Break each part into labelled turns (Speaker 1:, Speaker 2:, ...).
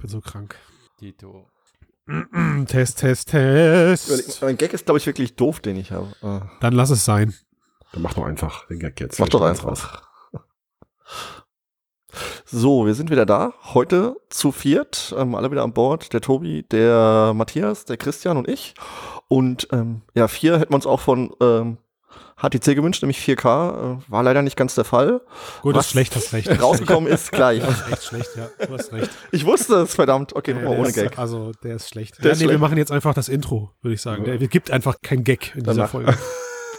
Speaker 1: bin so krank.
Speaker 2: Dito.
Speaker 1: Test, Test,
Speaker 3: Überleg
Speaker 1: Test.
Speaker 3: mal, Mein Gag ist, glaube ich, wirklich doof, den ich habe. Ah,
Speaker 1: Dann lass es sein.
Speaker 4: Dann mach doch einfach den Gag jetzt.
Speaker 3: mach doch
Speaker 4: Vielleicht
Speaker 3: einfach. So, wir sind wieder da. Heute zu viert. Ähm, alle wieder an Bord. Der Tobi, der Matthias, der Christian und ich. Und ähm, ja, vier hätten wir uns auch von ähm, HTC gewünscht, nämlich 4K. Äh, war leider nicht ganz der Fall.
Speaker 1: Gut,
Speaker 3: Was
Speaker 1: ist schlecht, hast recht.
Speaker 3: Rausgekommen ist gleich.
Speaker 1: Ja, ist echt schlecht, ja. Du hast recht.
Speaker 3: Ich wusste es, verdammt. Okay,
Speaker 1: Ja,
Speaker 3: nochmal
Speaker 1: der
Speaker 3: ohne
Speaker 1: ist,
Speaker 3: Gag.
Speaker 1: Also, der ist schlecht.
Speaker 3: Der
Speaker 1: ja,
Speaker 3: ist
Speaker 1: nee, wir
Speaker 3: schlecht.
Speaker 1: machen jetzt einfach das Intro, würde ich sagen. Der, es gibt einfach kein Gag in dieser
Speaker 3: Danach.
Speaker 1: Folge.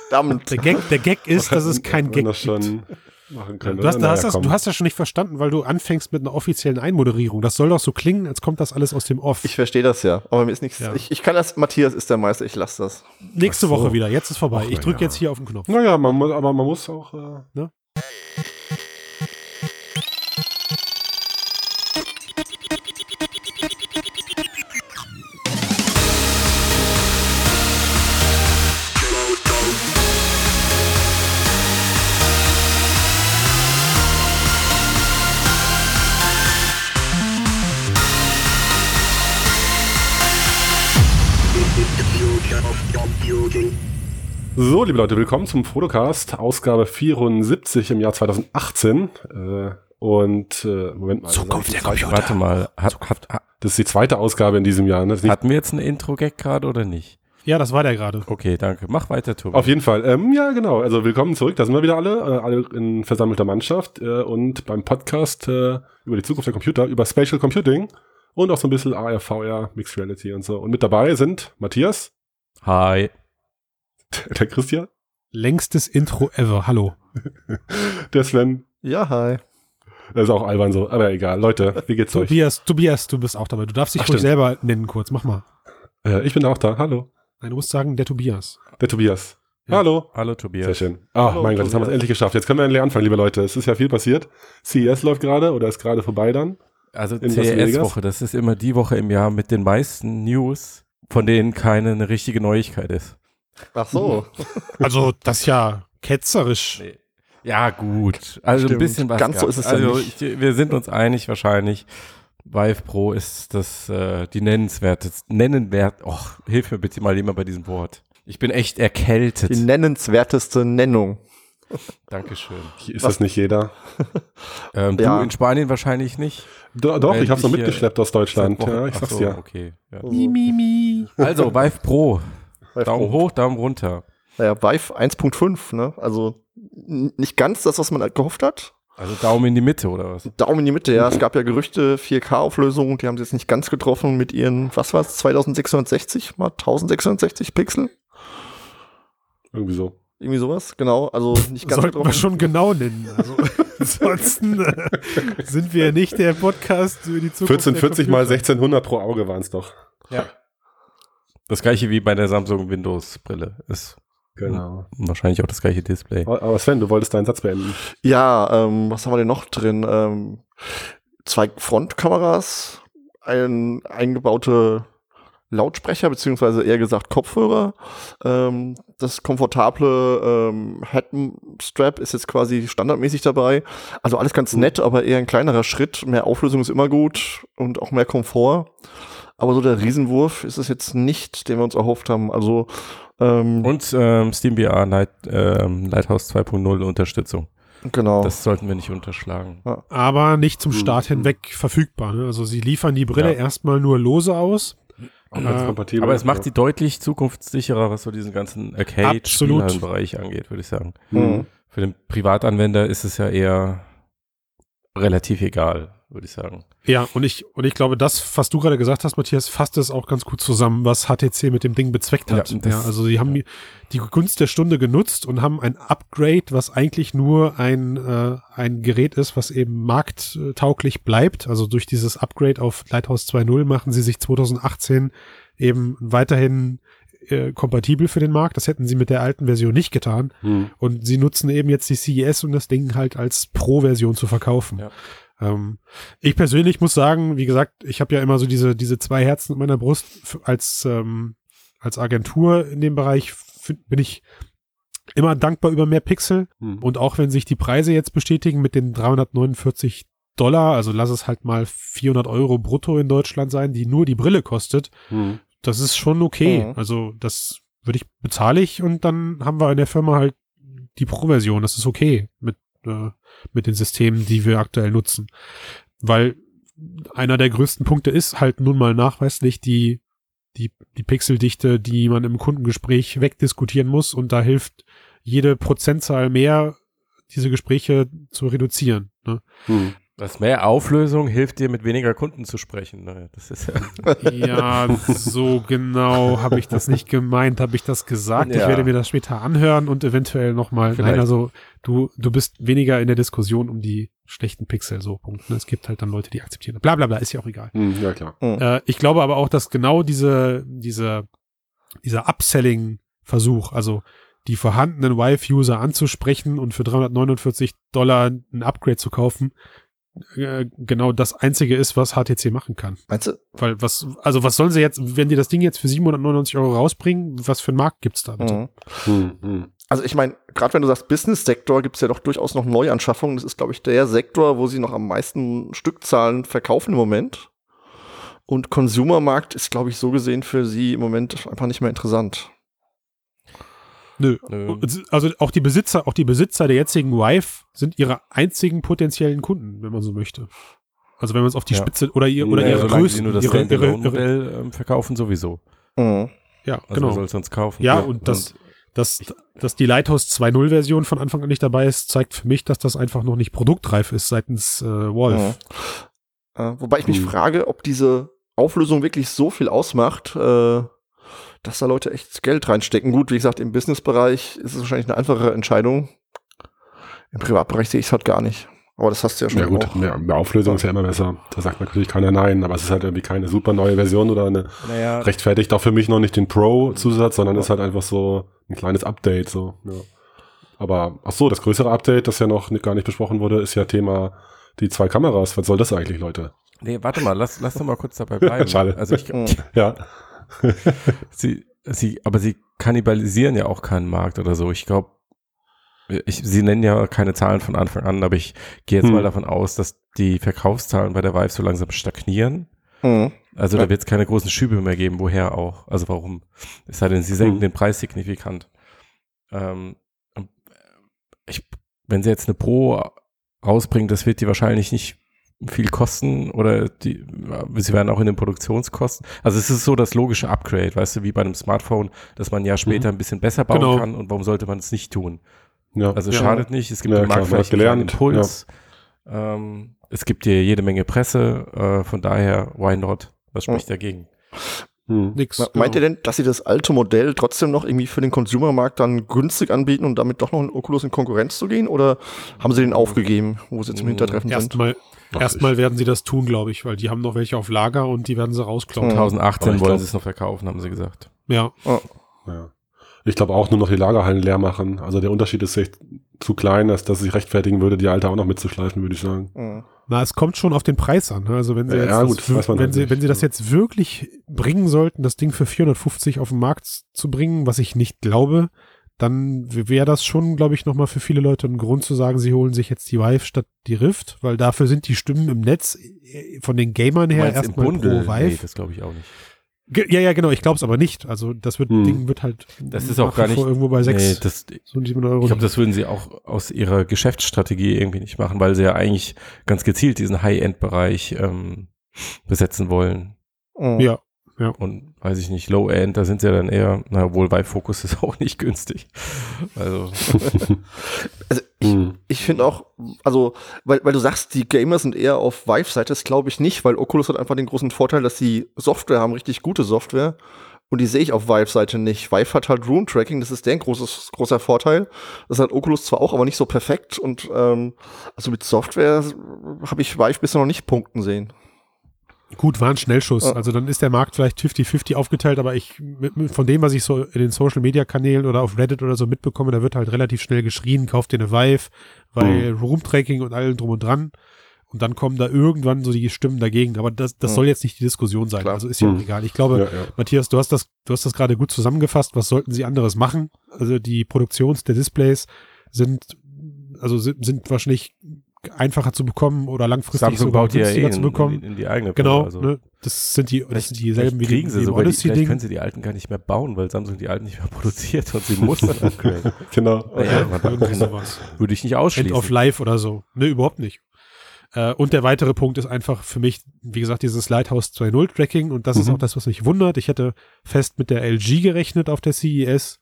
Speaker 3: Verdammt.
Speaker 1: Der Gag, der Gag ist, dass es
Speaker 4: hätten-
Speaker 1: kein
Speaker 4: hätten
Speaker 1: Gag
Speaker 4: wir das
Speaker 1: ist. gibt.
Speaker 4: schon machen können.
Speaker 1: Du hast,
Speaker 4: oder?
Speaker 1: du, hast
Speaker 4: Naja,
Speaker 1: das, du
Speaker 4: komm.
Speaker 1: hast das schon nicht verstanden, weil du anfängst mit einer offiziellen Einmoderierung. Das soll doch so klingen, als kommt das alles aus dem Off.
Speaker 3: Ich verstehe das ja. Aber mir ist nichts.
Speaker 1: Ja.
Speaker 3: Ich, ich kann das. Matthias ist der Meister. Ich lasse das.
Speaker 1: Nächste
Speaker 4: Ach so.
Speaker 1: Woche wieder. Jetzt ist vorbei.
Speaker 4: Ach,
Speaker 1: ich
Speaker 4: na
Speaker 1: drücke
Speaker 4: ja.
Speaker 1: jetzt hier auf den Knopf.
Speaker 4: Naja, man muss, aber man muss auch. Äh, So, liebe Leute, willkommen zum Fotocast, Ausgabe 74 im Jahr 2018. Äh, und äh, Moment mal.
Speaker 1: Zukunft
Speaker 4: das
Speaker 1: der
Speaker 4: ist die zweite-
Speaker 1: Computer.
Speaker 2: Warte mal, hat, hat, hat,
Speaker 4: Das ist die zweite Ausgabe in diesem Jahr. Ne? Das ist nicht,
Speaker 2: hatten wir jetzt einen Intro-Gag gerade oder nicht?
Speaker 1: Ja, das war der gerade.
Speaker 2: Okay, danke. Mach weiter, Tobi.
Speaker 4: auf jeden Fall. Ähm, ja, genau. Also willkommen zurück. Da sind wir wieder alle, äh, alle in versammelter Mannschaft äh, und beim Podcast äh, über die Zukunft der Computer, über Spatial Computing und auch so ein bisschen AR, VR, Mixed Reality und so. Und mit dabei sind Matthias,
Speaker 2: Hi.
Speaker 4: der Christian,
Speaker 1: Längstes Intro ever. Hallo.
Speaker 4: der Sven.
Speaker 3: Ja, hi.
Speaker 4: Das ist auch albern so, aber egal. Leute, wie geht's euch?
Speaker 1: Tobias, Tobias, du bist auch dabei. Du darfst dich
Speaker 4: Ach,
Speaker 1: ruhig
Speaker 4: stimmt.
Speaker 1: selber nennen kurz. Mach mal.
Speaker 4: Äh, ich bin auch da. Hallo.
Speaker 1: Nein, du musst sagen, der Tobias.
Speaker 4: Der Tobias.
Speaker 1: Ja.
Speaker 4: Hallo.
Speaker 2: Hallo,
Speaker 4: Sehr
Speaker 2: Tobias.
Speaker 4: schön. Ah,
Speaker 3: Hallo,
Speaker 4: mein Gott, jetzt haben wir es
Speaker 3: Tobias.
Speaker 4: endlich geschafft. Jetzt können wir endlich anfangen, liebe Leute. Es ist ja viel passiert. CES läuft gerade oder ist gerade vorbei dann.
Speaker 2: Also
Speaker 4: In Las Vegas?
Speaker 2: CES-Woche, das ist immer die Woche im Jahr mit den meisten News, von denen keine eine richtige Neuigkeit ist.
Speaker 3: Ach so.
Speaker 1: Also, das ist ja ketzerisch.
Speaker 2: Ja, gut. Also ein
Speaker 3: Stimmt.
Speaker 2: bisschen was.
Speaker 3: Ganz so
Speaker 2: gab's.
Speaker 3: ist es ja
Speaker 2: also
Speaker 3: nicht.
Speaker 2: Ich, wir sind uns einig wahrscheinlich. Vive Pro ist das äh, die nennenswerte, nennenwert. Och, hilf mir bitte mal jemand bei diesem Wort. Ich bin echt erkältet.
Speaker 3: Die nennenswerteste Nennung.
Speaker 2: Dankeschön.
Speaker 4: Ist
Speaker 3: Was?
Speaker 4: das nicht jeder?
Speaker 2: Ähm,
Speaker 3: Ja.
Speaker 2: Du in Spanien wahrscheinlich nicht.
Speaker 4: Do, doch,
Speaker 2: Weil
Speaker 4: ich hab's noch
Speaker 2: ich hier
Speaker 4: mitgeschleppt aus Deutschland.
Speaker 2: Seit Wochen-
Speaker 4: Ja, ich
Speaker 2: Ach
Speaker 4: sag's
Speaker 2: so,
Speaker 4: dir. Also,
Speaker 2: Okay. Ja.
Speaker 1: Mimi.
Speaker 2: Also Vive Pro.
Speaker 3: Bei
Speaker 2: Daumen hoch, Daumen runter.
Speaker 3: Naja, Vive 1.5, ne? Also n- nicht ganz das, was man halt gehofft hat.
Speaker 2: Also Daumen in die Mitte oder was?
Speaker 3: Daumen in die Mitte, ja. Es gab ja Gerüchte, 4K-Auflösung, die haben sie jetzt nicht ganz getroffen mit ihren, was war's, 2660 mal 1660 Pixel?
Speaker 4: Irgendwie so.
Speaker 3: Irgendwie sowas, genau. Also nicht ganz
Speaker 1: Sollten wir
Speaker 3: getroffen.
Speaker 1: schon genau nennen. Also, ansonsten äh, sind wir nicht der Podcast über die Zukunft. der
Speaker 4: 1440 mal
Speaker 1: Computer.
Speaker 4: 1600 pro Auge waren's doch.
Speaker 2: Das gleiche wie bei der Samsung Windows Brille. Ist
Speaker 4: Genau.
Speaker 2: wahrscheinlich auch das gleiche Display.
Speaker 4: Aber Sven, du wolltest deinen Satz beenden.
Speaker 3: Ja, ähm, was haben wir denn noch drin? Ähm, zwei Frontkameras, ein eingebaute Lautsprecher, beziehungsweise eher gesagt Kopfhörer. Ähm, das komfortable ähm, Headstrap ist jetzt quasi standardmäßig dabei. Also alles ganz nett, aber eher ein kleinerer Schritt. Mehr Auflösung ist immer gut und auch mehr Komfort. Aber so der Riesenwurf ist es jetzt nicht, den wir uns erhofft haben. Also ähm,
Speaker 2: Und ähm, SteamVR Light, ähm, Lighthouse 2.0 Unterstützung.
Speaker 4: Oh.
Speaker 3: genau.
Speaker 2: Das sollten wir nicht unterschlagen.
Speaker 1: Aber nicht zum
Speaker 4: Mhm.
Speaker 1: Start hinweg verfügbar. Ne? Also, sie liefern die Brille
Speaker 2: Ja.
Speaker 1: erstmal nur lose aus.
Speaker 4: Ganz
Speaker 1: Äh,
Speaker 4: kompatibel.
Speaker 2: Aber es macht
Speaker 4: Ja.
Speaker 2: die deutlich zukunftssicherer, was so diesen ganzen
Speaker 1: Absolut.
Speaker 2: Arcade-Bereich angeht, würde ich sagen.
Speaker 4: Mhm.
Speaker 2: Für den Privatanwender ist es ja eher relativ egal, würde ich sagen.
Speaker 1: Ja, und ich, und ich glaube, das, was du gerade gesagt hast, Matthias, fasst es auch ganz gut zusammen, was HTC mit dem Ding bezweckt hat.
Speaker 2: Ja,
Speaker 1: Ja,
Speaker 2: das-
Speaker 1: also sie haben die- die Gunst der Stunde genutzt und haben ein Upgrade, was eigentlich nur ein, äh, ein Gerät ist, was eben markttauglich bleibt. Also durch dieses Upgrade auf Lighthouse 2.0 machen sie sich 2018 eben weiterhin äh, kompatibel für den Markt. Das hätten sie mit der alten Version nicht getan.
Speaker 4: Mhm.
Speaker 1: Und sie nutzen eben jetzt die CES, um das Ding halt als Pro-Version zu verkaufen.
Speaker 2: Ja.
Speaker 1: Ähm, ich persönlich muss sagen, wie gesagt, ich habe ja immer so diese, diese zwei Herzen in meiner Brust. F- Als, ähm, als Agentur in dem Bereich f- bin ich immer dankbar über mehr Pixel.
Speaker 4: Mhm.
Speaker 1: Und auch wenn sich die Preise jetzt bestätigen mit den 349 Dollar, also lass es halt mal 400 Euro brutto in Deutschland sein, die nur die Brille kostet,
Speaker 4: Hm.
Speaker 1: das ist schon okay.
Speaker 3: Mhm.
Speaker 1: Also das würde ich bezahle ich und dann haben wir in der Firma halt die Pro-Version. Das ist okay mit, äh, mit den Systemen, die wir aktuell nutzen. Weil einer der größten Punkte ist halt nun mal nachweislich die, die, die Pixeldichte, die man im Kundengespräch wegdiskutieren muss und da hilft jede Prozentzahl mehr, diese Gespräche zu reduzieren. Ne?
Speaker 4: Hm.
Speaker 2: Das mehr Auflösung hilft dir, mit weniger Kunden zu sprechen. Naja, das ist ja.
Speaker 1: Ja, so genau habe ich das nicht gemeint, habe ich das gesagt. Ich
Speaker 2: Ja.
Speaker 1: werde mir das später anhören und eventuell nochmal. Nein,
Speaker 2: Vielleicht.
Speaker 1: also du, du bist weniger in der Diskussion um die schlechten Pixel, so Punkt. ne? Es gibt halt dann Leute, die akzeptieren. Bla bla bla, ist ja auch egal.
Speaker 4: Hm, ja, klar.
Speaker 1: Äh, ich glaube aber auch, dass genau diese, diese, dieser Upselling-Versuch, also die vorhandenen Vive-User anzusprechen und für 349 Dollar ein Upgrade zu kaufen, äh, genau das einzige ist, was HTC machen kann.
Speaker 3: Meinst du?
Speaker 1: Weil was, also was sollen sie jetzt, wenn die das Ding jetzt für 799 Euro rausbringen, was für einen Markt gibt's da? bitte?
Speaker 3: Mhm.
Speaker 4: Hm, hm.
Speaker 3: Also ich meine, gerade wenn du sagst Business-Sektor, gibt es ja doch durchaus noch Neuanschaffungen. Das ist, glaube ich, der Sektor, wo sie noch am meisten Stückzahlen verkaufen im Moment. Und Consumermarkt ist, glaube ich, so gesehen für sie im Moment einfach nicht mehr interessant.
Speaker 1: Nö.
Speaker 2: Nö.
Speaker 1: Also auch die Besitzer, auch die Besitzer der jetzigen Wife sind ihre einzigen potenziellen Kunden, wenn man so möchte. Also wenn man es auf die
Speaker 2: Ja.
Speaker 1: Spitze oder, ihr, oder
Speaker 2: Naja,
Speaker 1: ihre
Speaker 2: solange
Speaker 1: Größe.
Speaker 2: die nur das
Speaker 1: ihre, ihre, ihre,
Speaker 2: Standalone-Modell ähm, verkaufen, sowieso.
Speaker 3: Mhm.
Speaker 1: ja,
Speaker 2: Also wer
Speaker 1: genau.
Speaker 2: soll also es sonst kaufen?
Speaker 1: Ja, und das, dass, dass die Lighthouse 2.0 Version von Anfang an nicht dabei ist, zeigt für mich, dass das einfach noch nicht produktreif ist seitens äh, Wolf.
Speaker 3: Mhm. Äh, wobei ich mich
Speaker 4: Hm.
Speaker 3: frage, ob diese Auflösung wirklich so viel ausmacht, äh, dass da Leute echt Geld reinstecken. Gut, wie gesagt, im Businessbereich ist es wahrscheinlich eine einfachere Entscheidung. Im Privatbereich sehe ich es halt gar nicht. Aber das hast du ja schon
Speaker 4: Ja, gut,
Speaker 3: auch.
Speaker 4: mehr, mehr Auflösung ist ja immer besser. Da sagt natürlich keiner nein, aber es ist halt irgendwie keine super neue Version oder eine
Speaker 2: naja,
Speaker 4: rechtfertigt auch für mich noch nicht den Pro-Zusatz, sondern ist halt einfach so ein kleines Update. So, ja. Aber ach so, das größere Update, das ja noch nicht, gar nicht besprochen wurde, ist ja Thema die zwei Kameras. Was soll das eigentlich, Leute?
Speaker 2: nee, warte mal, lass, lass doch mal kurz dabei bleiben.
Speaker 4: Schade.
Speaker 2: Also ich,
Speaker 3: Mhm.
Speaker 4: Ja.
Speaker 2: sie, sie, aber sie kannibalisieren ja auch keinen Markt oder so. Ich glaube, ich, sie nennen ja keine Zahlen von Anfang an, aber ich gehe jetzt
Speaker 4: Hm.
Speaker 2: mal davon aus, dass die Verkaufszahlen bei der Vive so langsam stagnieren.
Speaker 3: Mhm.
Speaker 2: Also
Speaker 4: Ja.
Speaker 2: da wird es keine großen Schübe mehr geben, woher auch. Also warum? Es sei denn, sie senken
Speaker 4: Hm.
Speaker 2: den Preis signifikant. Ähm, und, äh, ich, wenn sie jetzt eine Pro rausbringen, das wird die wahrscheinlich nicht viel kosten oder die, äh, sie werden auch in den Produktionskosten. Also es ist so das logische Upgrade, weißt du, wie bei einem Smartphone, dass man ein Jahr später ein bisschen besser bauen
Speaker 1: Genau.
Speaker 2: kann und warum sollte man es nicht tun?
Speaker 4: ja.
Speaker 2: Also
Speaker 1: Ja.
Speaker 2: schadet nicht, es gibt
Speaker 4: Ja,
Speaker 2: im Markt
Speaker 4: klar, man hat
Speaker 2: vielleicht einen kleinen
Speaker 4: gelernt,
Speaker 2: Impuls. Ähm, es gibt hier jede Menge Presse, äh, von daher, why not? Was spricht dagegen?
Speaker 4: hm.
Speaker 1: Nix.
Speaker 3: Me- Meint
Speaker 1: genau.
Speaker 3: ihr denn, dass sie das alte Modell trotzdem noch irgendwie für den Consumermarkt dann günstig anbieten und damit doch noch in Oculus in Konkurrenz zu gehen? Oder haben sie den aufgegeben, wo sie jetzt im
Speaker 2: Mhm.
Speaker 3: Hintertreffen sind?
Speaker 1: Erstmal,
Speaker 4: Ach,
Speaker 1: erstmal werden sie das tun, glaube ich, weil die haben noch welche auf Lager und die werden sie rausklauen.
Speaker 3: Mhm.
Speaker 2: 2018
Speaker 4: Aber
Speaker 2: wollen
Speaker 4: ich glaub-
Speaker 2: sie es noch verkaufen, haben sie gesagt.
Speaker 1: Ja.
Speaker 4: Ja. Ich glaube auch nur noch die Lagerhallen leer machen. Also der Unterschied ist echt zu klein, als dass ich rechtfertigen würde, die alte auch noch mitzuschleifen, würde ich sagen.
Speaker 3: Mhm.
Speaker 1: Na, es kommt schon auf den Preis an. ne? Also wenn sie
Speaker 4: Ja,
Speaker 1: jetzt,
Speaker 4: ja,
Speaker 1: das
Speaker 4: gut, das
Speaker 1: wir-
Speaker 4: weiß man
Speaker 1: wenn
Speaker 4: halt
Speaker 1: sie,
Speaker 4: nicht,
Speaker 1: wenn sie das
Speaker 2: ne?
Speaker 4: ja.
Speaker 1: jetzt wirklich bringen sollten, das Ding für 450 auf den Markt zu bringen, was ich nicht glaube, dann wäre das schon, glaube ich, nochmal für viele Leute ein Grund zu sagen, sie holen sich jetzt die Vive statt die Rift, weil dafür sind die Stimmen im Netz äh, von den Gamern her
Speaker 2: Meinst du
Speaker 1: erstmal pro
Speaker 2: Nee,
Speaker 1: Vive.
Speaker 2: das glaube ich auch nicht.
Speaker 1: Ge- ja, ja, genau. Ich glaube es aber nicht. Also das wird,
Speaker 4: Hm.
Speaker 1: Ding wird halt
Speaker 2: Das ist
Speaker 1: nach
Speaker 2: auch gar
Speaker 1: wie vor
Speaker 2: nicht-
Speaker 1: irgendwo bei
Speaker 2: Nee,
Speaker 1: sechs
Speaker 2: das, ich
Speaker 1: so 700 Euro.
Speaker 2: glaube, das würden sie auch aus ihrer Geschäftsstrategie irgendwie nicht machen, weil sie ja eigentlich ganz gezielt diesen High-End-Bereich ähm, besetzen wollen.
Speaker 3: Mhm.
Speaker 1: ja.
Speaker 2: Und weiß ich nicht, Low-End, da sind sie ja dann eher, na wohl, bei Focus ist auch nicht günstig. Also,
Speaker 3: Also ich,
Speaker 4: Hm.
Speaker 3: ich finde auch, also, weil, weil du sagst, die Gamer sind eher auf Vive-Seite, das glaube ich nicht, weil Oculus hat einfach den großen Vorteil, dass sie Software haben, richtig gute Software. Und die sehe ich auf Vive-Seite nicht. Vive hat halt Room-Tracking, das ist deren großes, großer Vorteil. Das hat Oculus zwar auch, aber nicht so perfekt. Und ähm, also mit Software habe ich Vive bisher noch nicht punkten sehen.
Speaker 1: Gut, war ein Schnellschuss.
Speaker 3: Ja.
Speaker 1: Also dann ist der Markt vielleicht 50-50 aufgeteilt, aber ich, mit- mit- von dem, was ich so in den Social Media Kanälen oder auf Reddit oder so mitbekomme, da wird halt relativ schnell geschrien, kauft dir eine Vive, weil Roomtracking und allem drum und dran. Und dann kommen da irgendwann so die Stimmen dagegen. Aber das, das
Speaker 3: Ja.
Speaker 1: soll jetzt nicht die Diskussion sein.
Speaker 3: Klar.
Speaker 1: Also ist ja auch
Speaker 4: Hm.
Speaker 1: egal. Ich glaube,
Speaker 4: Ja, ja.
Speaker 1: Matthias, du hast das, du hast das gerade gut zusammengefasst. Was sollten sie anderes machen? Also die Produktions der Displays sind, also sind, sind wahrscheinlich einfacher zu bekommen oder langfristig
Speaker 2: Samsung
Speaker 1: sogar
Speaker 2: baut die ja eh
Speaker 1: günstiger
Speaker 2: in,
Speaker 1: zu bekommen.
Speaker 2: in, in die eigene
Speaker 1: genau,
Speaker 2: Pumpe, also.
Speaker 1: ne? das sind die, das sind dieselben wie
Speaker 2: Vielleicht
Speaker 1: die,
Speaker 2: kriegen
Speaker 1: die
Speaker 2: sie
Speaker 1: im
Speaker 2: sogar die, vielleicht können
Speaker 1: Odyssey-Ding.
Speaker 2: sie die alten gar nicht mehr bauen, weil Samsung die alten nicht mehr produziert und sie muss dann upgraden.
Speaker 4: Genau.
Speaker 2: Naja, mal
Speaker 1: Irgendwie
Speaker 2: gucken.
Speaker 1: sowas.
Speaker 2: Würde ich nicht
Speaker 1: End of
Speaker 2: ausschließen.
Speaker 1: Life oder so. Ne, überhaupt nicht. Äh, und der weitere Punkt ist einfach für mich, wie gesagt, dieses Lighthouse 2.0 Tracking und das ist
Speaker 4: Mhm.
Speaker 1: auch das, was mich wundert. Ich hätte fest mit der LG gerechnet auf der CES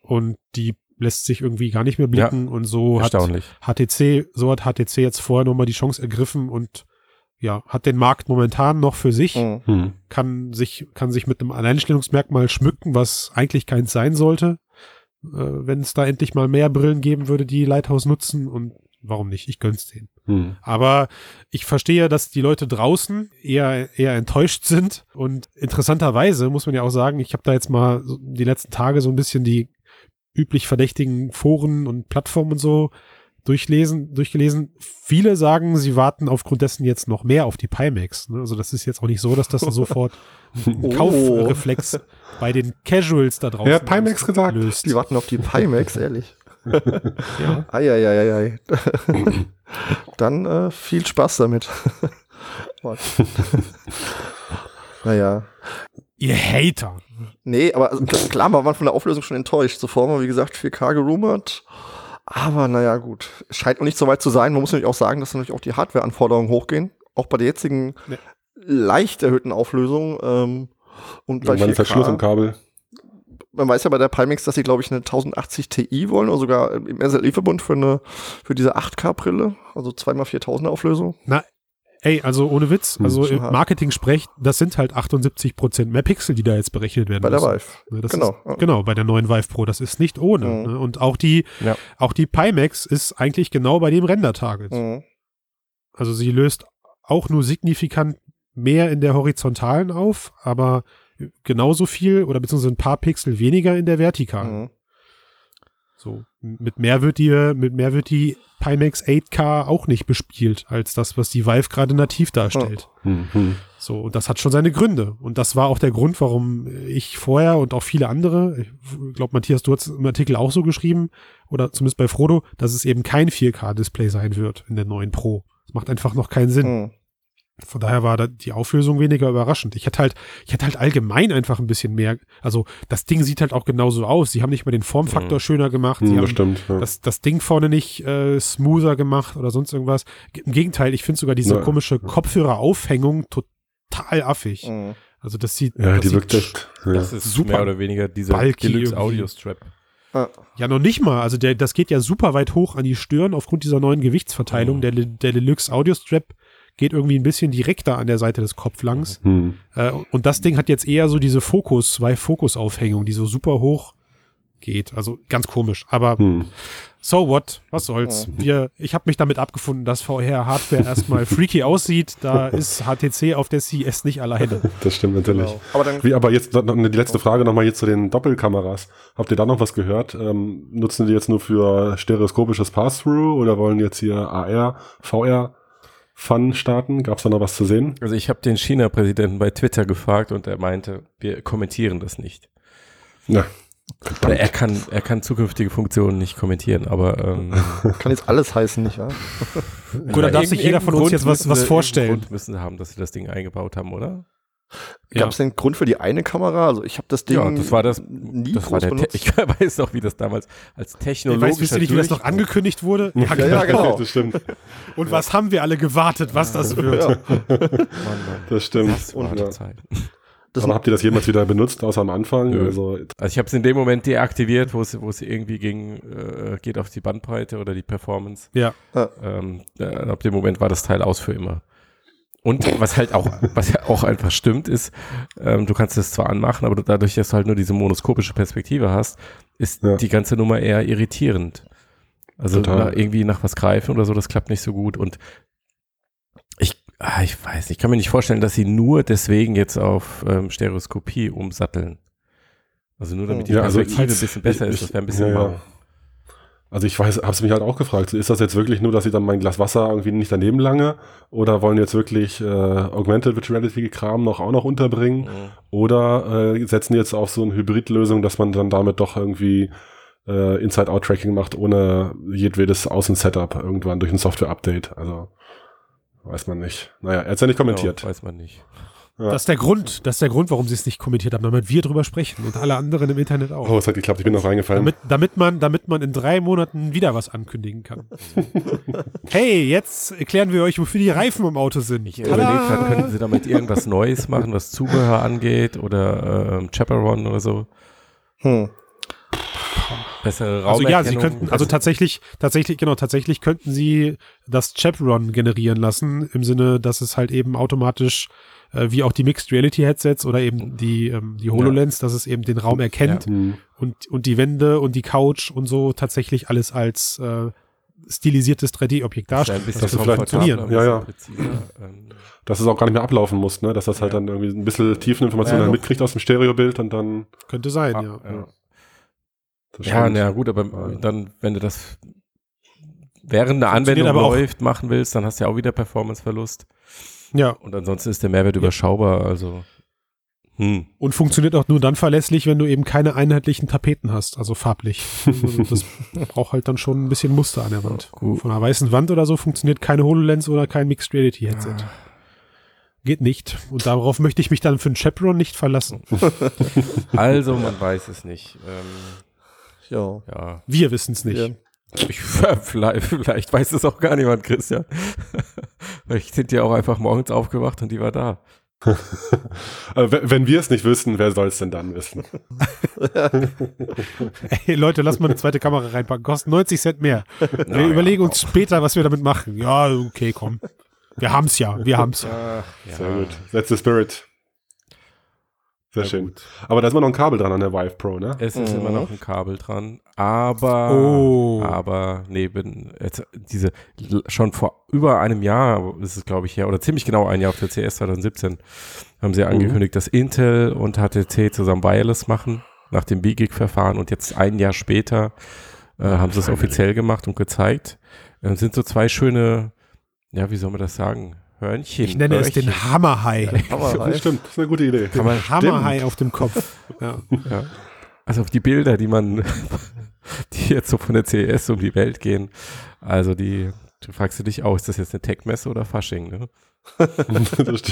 Speaker 1: und die lässt sich irgendwie gar nicht mehr blicken und so hat
Speaker 2: Erstaunlich.
Speaker 1: HTC, so hat HTC jetzt vorher nochmal die Chance ergriffen und ja, hat den Markt momentan noch für sich,
Speaker 3: Mhm.
Speaker 4: Hm.
Speaker 1: kann sich, kann sich mit einem Alleinstellungsmerkmal schmücken, was eigentlich keins sein sollte, äh, wenn es da endlich mal mehr Brillen geben würde, die Lighthouse nutzen und warum nicht? Ich gönn's denen.
Speaker 4: Hm.
Speaker 1: Aber ich verstehe, dass die Leute draußen eher, eher enttäuscht sind. Und interessanterweise muss man ja auch sagen, ich habe da jetzt mal so die letzten Tage so ein bisschen die üblich verdächtigen Foren und Plattformen und so durchlesen, durchgelesen. Viele sagen, sie warten aufgrund dessen jetzt noch mehr auf die Pimax. Ne? Also das ist jetzt auch nicht so, dass das sofort
Speaker 4: Oh.
Speaker 1: einen Kaufreflex bei den Casuals da draußen
Speaker 4: Ja, Pimax gesagt.
Speaker 1: löst.
Speaker 3: Die warten auf die Pimax, ehrlich.
Speaker 1: Ja.
Speaker 3: Eieieiei. Dann äh, viel Spaß damit. What? naja.
Speaker 1: Ihr Hater.
Speaker 3: Nee, aber also, klar, klar, man war von der Auflösung schon enttäuscht. Zuvor war, wie gesagt, 4K gerumort. Aber naja, gut. Scheint noch nicht so weit zu sein. Man muss natürlich auch sagen, dass natürlich auch die Hardware-Anforderungen hochgehen. Auch bei der jetzigen
Speaker 1: Ja.
Speaker 3: leicht erhöhten Auflösung. Ähm, und bei
Speaker 4: Irgendwann ist
Speaker 3: 4K,
Speaker 4: halt Schluss im Kabel.
Speaker 3: man weiß ja bei der Pimax, dass sie, glaube ich, eine 1080 Ti wollen oder sogar im SLE-Verbund für, eine- für diese 8K-Brille, also 2x4000 Auflösung.
Speaker 1: Ey, also ohne Witz,
Speaker 4: Hm,
Speaker 1: also
Speaker 3: schon
Speaker 1: im
Speaker 3: hart.
Speaker 1: Marketing sprecht, das sind halt 78% mehr Pixel, die da jetzt berechnet werden
Speaker 3: Bei der
Speaker 1: müssen.
Speaker 3: Vive.
Speaker 1: Ne, das
Speaker 3: Genau.
Speaker 1: Ist, genau, bei der neuen Vive Pro. Das ist nicht ohne.
Speaker 3: Mhm.
Speaker 1: Ne? Und auch die,
Speaker 2: Ja.
Speaker 1: auch die Pimax ist eigentlich genau bei dem Render-Target.
Speaker 3: Mhm.
Speaker 1: Also sie löst auch nur signifikant mehr in der Horizontalen auf, aber genauso viel oder beziehungsweise ein paar Pixel weniger in der Vertikalen.
Speaker 3: Mhm.
Speaker 1: So. Mit mehr wird die, mit mehr wird die Pimax 8K auch nicht bespielt, als das, was die Vive gerade nativ darstellt.
Speaker 4: Hm. Hm.
Speaker 1: So, und das hat schon seine Gründe. Und das war auch der Grund, warum ich vorher und auch viele andere, ich glaube, Matthias, du hast im Artikel auch so geschrieben, oder zumindest bei Frodo, dass es eben kein 4K-Display sein wird in der neuen Pro. Das macht einfach noch keinen Sinn.
Speaker 3: Mhm.
Speaker 1: Von daher war da die Auflösung weniger überraschend. Ich hätte halt, ich hätte halt allgemein einfach ein bisschen mehr, also das Ding sieht halt auch genauso aus. Sie haben nicht mal den Formfaktor
Speaker 2: Mhm.
Speaker 1: schöner gemacht. Sie
Speaker 4: Hm,
Speaker 1: haben
Speaker 4: das stimmt. Ja.
Speaker 1: das, das Ding vorne nicht äh, smoother gemacht oder sonst irgendwas. Ge- Im Gegenteil, ich finde sogar diese
Speaker 4: Nö.
Speaker 1: komische Kopfhöreraufhängung total affig.
Speaker 3: Mhm.
Speaker 1: Also das sieht,
Speaker 4: ja,
Speaker 1: das
Speaker 4: die
Speaker 1: sieht
Speaker 4: wirkt echt. Ja.
Speaker 2: Das ist
Speaker 1: super
Speaker 2: mehr oder weniger dieser
Speaker 1: bulky
Speaker 2: Deluxe
Speaker 1: irgendwie.
Speaker 2: Audio Strap.
Speaker 3: Ah,
Speaker 1: ja noch nicht mal. Also der, das geht ja super weit hoch an die Stirn aufgrund dieser neuen Gewichtsverteilung.
Speaker 2: Mhm.
Speaker 1: Der, Le- der Deluxe Audio Strap geht irgendwie ein bisschen direkter an der Seite des Kopflangs.
Speaker 4: Hm.
Speaker 1: Äh, und das Ding hat jetzt eher so diese Fokus, zwei Fokusaufhängung, die so super hoch geht. Also ganz komisch. Aber
Speaker 4: Hm.
Speaker 1: so what? Was soll's? Wir, ich habe mich damit abgefunden, dass VR-Hardware erstmal freaky aussieht. Da ist HTC auf der CES nicht alleine.
Speaker 4: Das stimmt natürlich.
Speaker 3: genau. Aber dann
Speaker 4: Wie, aber jetzt noch- noch die letzte Frage nochmal jetzt zu den Doppelkameras. Habt ihr da noch was gehört? Ähm, nutzen die jetzt nur für stereoskopisches Pass-Through oder wollen jetzt hier AR, VR-Fun starten? Gab es da noch was zu sehen?
Speaker 2: Also ich habe den China-Präsidenten bei Twitter gefragt und er meinte, wir kommentieren das nicht.
Speaker 4: Ja.
Speaker 2: Oder er kann, er kann zukünftige Funktionen nicht kommentieren, aber ähm,
Speaker 3: kann jetzt alles heißen, nicht wahr?
Speaker 1: Gut, da darf sich jeder von uns
Speaker 2: Grund
Speaker 1: jetzt was-
Speaker 2: müssen
Speaker 1: was
Speaker 2: sie- irgendeinen
Speaker 1: vorstellen.
Speaker 2: Grund müssen sie haben, dass sie das Ding eingebaut haben, oder?
Speaker 1: Ja.
Speaker 3: Gab es denn einen Grund für die eine Kamera? Also ich habe das Ding
Speaker 2: ja, das war das.
Speaker 3: nie
Speaker 2: das
Speaker 3: groß
Speaker 2: war der Te-
Speaker 3: benutzt.
Speaker 2: ich weiß noch, wie das damals als
Speaker 1: Ich
Speaker 2: technologischer
Speaker 1: weiß, wisst ihr nicht, wie das noch
Speaker 2: Durchbruch-
Speaker 1: angekündigt wurde?
Speaker 3: Ja, ja, genau.
Speaker 4: Das stimmt.
Speaker 1: Und was haben wir alle gewartet, was das wird?
Speaker 2: Mann, Mann.
Speaker 4: Das stimmt.
Speaker 2: Das war
Speaker 4: Und,
Speaker 2: die
Speaker 4: ja.
Speaker 2: Zeit.
Speaker 3: Das
Speaker 4: aber habt ihr das jemals wieder benutzt, außer am Anfang?
Speaker 2: Nö.
Speaker 4: Also,
Speaker 2: Also ich habe es in dem Moment deaktiviert, wo es wo es irgendwie ging, äh, geht auf die Bandbreite oder die Performance.
Speaker 1: Ja.
Speaker 3: Ja.
Speaker 2: Ähm, äh, ab dem Moment war das Teil aus für immer. Und was halt auch, was ja auch einfach stimmt, ist, ähm, du kannst es zwar anmachen, aber du, dadurch, dass du halt nur diese monoskopische Perspektive hast, ist
Speaker 4: Ja.
Speaker 2: die ganze Nummer eher irritierend. Also
Speaker 4: Total.
Speaker 2: nach, irgendwie nach was greifen oder so, das klappt nicht so gut. Und ich, ah, ich weiß, nicht, ich kann mir nicht vorstellen, dass sie nur deswegen jetzt auf ähm, Stereoskopie umsatteln. Also nur damit die
Speaker 4: Ja, also
Speaker 2: Perspektive
Speaker 4: ich-
Speaker 2: ein bisschen besser
Speaker 4: ich-
Speaker 2: ist, das wäre ein bisschen
Speaker 4: ja, ja.
Speaker 2: mau.
Speaker 4: Also ich weiß, hab's mich halt auch gefragt, so, ist das jetzt wirklich nur, dass sie dann mein Glas Wasser irgendwie nicht daneben lange oder wollen jetzt wirklich äh, Augmented Virtuality Kram noch auch noch unterbringen?
Speaker 2: Mhm.
Speaker 4: Oder äh, setzen die jetzt auf so eine Hybridlösung, dass man dann damit doch irgendwie äh, Inside-Out-Tracking macht, ohne jedwedes Außen-Setup irgendwann durch ein Software-Update. Also weiß man nicht. Naja, er hat ja nicht kommentiert.
Speaker 2: Ja, Genau, weiß man nicht.
Speaker 4: Ja.
Speaker 1: Das ist der Grund, das ist der Grund, warum sie es nicht kommentiert haben, damit wir drüber sprechen und alle anderen im Internet auch.
Speaker 4: Oh, es hat geklappt, ich bin noch reingefallen.
Speaker 1: Damit, damit, man, damit man in drei Monaten wieder was ankündigen kann. hey, jetzt erklären wir euch, wofür die Reifen im Auto sind.
Speaker 2: Ich überlege gerade, könnten sie damit irgendwas Neues machen, was Zubehör angeht oder ähm, Chaperon oder so.
Speaker 3: Hm.
Speaker 2: Bessere
Speaker 1: Also
Speaker 2: Raumerkennung.
Speaker 1: ja, sie könnten, also tatsächlich, tatsächlich, genau, tatsächlich könnten sie das Chaperon generieren lassen, im Sinne, dass es halt eben automatisch, äh, wie auch die Mixed Reality Headsets oder eben die, ähm, die HoloLens, dass es eben den Raum erkennt
Speaker 4: Hm.
Speaker 1: und, und die Wände und die Couch und so tatsächlich alles als äh, stilisiertes 3D-Objekt
Speaker 2: Das ist
Speaker 1: darstellen.
Speaker 2: ein bisschen
Speaker 4: das ist vielleicht
Speaker 2: komfortabler,
Speaker 1: funktionieren.
Speaker 2: ein bisschen
Speaker 4: Ja, ja.
Speaker 2: präziser, ähm,
Speaker 4: Dass es auch gar nicht mehr ablaufen muss, ne? Dass das halt
Speaker 2: Ja.
Speaker 4: dann irgendwie ein bisschen Tiefeninformationen
Speaker 2: Ja,
Speaker 4: dann
Speaker 2: doch.
Speaker 4: mitkriegt aus dem Stereobild und dann.
Speaker 1: Könnte sein,
Speaker 2: ah,
Speaker 1: ja.
Speaker 2: ja.
Speaker 4: das
Speaker 2: Ja,
Speaker 4: stimmt.
Speaker 2: na ja, gut, aber
Speaker 4: Ja.
Speaker 2: dann, wenn du das während der
Speaker 1: Funktioniert
Speaker 2: Anwendung
Speaker 1: aber auch-
Speaker 2: läuft, machen willst, dann hast du ja auch wieder Performanceverlust.
Speaker 1: Ja,
Speaker 2: Und ansonsten ist der Mehrwert überschaubar, also. Hm.
Speaker 1: und funktioniert auch nur dann verlässlich, wenn du eben keine einheitlichen Tapeten hast, also farblich. Also das braucht halt dann schon ein bisschen Muster an der Wand.
Speaker 2: Gut.
Speaker 1: Von einer weißen Wand oder so funktioniert keine HoloLens oder kein Mixed Reality Headset.
Speaker 2: Ah.
Speaker 1: Geht nicht. Und darauf möchte ich mich dann für einen Chaperon nicht verlassen.
Speaker 2: Also, man weiß es nicht. Ähm,
Speaker 3: Ja.
Speaker 2: ja.
Speaker 1: Wir wissen es nicht.
Speaker 3: Ja.
Speaker 2: Ich, vielleicht, vielleicht weiß es auch gar niemand, Christian. vielleicht sind die auch einfach morgens aufgewacht und die war da.
Speaker 4: Äh, we- wenn wir es nicht wissen, wer soll es denn dann wissen?
Speaker 1: Ey, Leute, lass mal eine zweite Kamera reinpacken. Kostet 90 Cent mehr. wir überlegen uns später, was wir damit machen. Ja, okay, komm. Wir haben's ja, wir haben's ja.
Speaker 4: Sehr gut. That's the spirit. Sehr schön. Aber da ist immer noch ein Kabel dran an der Vive Pro, ne?
Speaker 2: Es ist
Speaker 3: Mhm.
Speaker 2: immer noch ein Kabel dran, aber,
Speaker 1: Oh.
Speaker 2: aber neben jetzt diese l- schon vor über einem Jahr ist es glaube ich her oder ziemlich genau ein Jahr auf der CS 2017 haben
Speaker 1: Oh.
Speaker 2: sie angekündigt, dass Intel und HTC zusammen Wireless machen nach dem BGIG-Verfahren und jetzt ein Jahr später äh, haben sie es offiziell gemacht und gezeigt. Ähm, sind so zwei schöne, ja wie soll man das sagen, Hörnchen.
Speaker 1: Ich nenne es den Hammerhai.
Speaker 3: Aber
Speaker 4: Ja,
Speaker 3: halt.
Speaker 4: stimmt, das ist eine gute Idee.
Speaker 2: Kann man,
Speaker 1: Hammerhai auf dem Kopf. Ja.
Speaker 2: Ja. Also auf die Bilder, die man, die jetzt so von der CES um die Welt gehen, also die, du fragst du dich auch, ist das jetzt eine Tech-Messe oder Fasching, ne?
Speaker 4: das st- das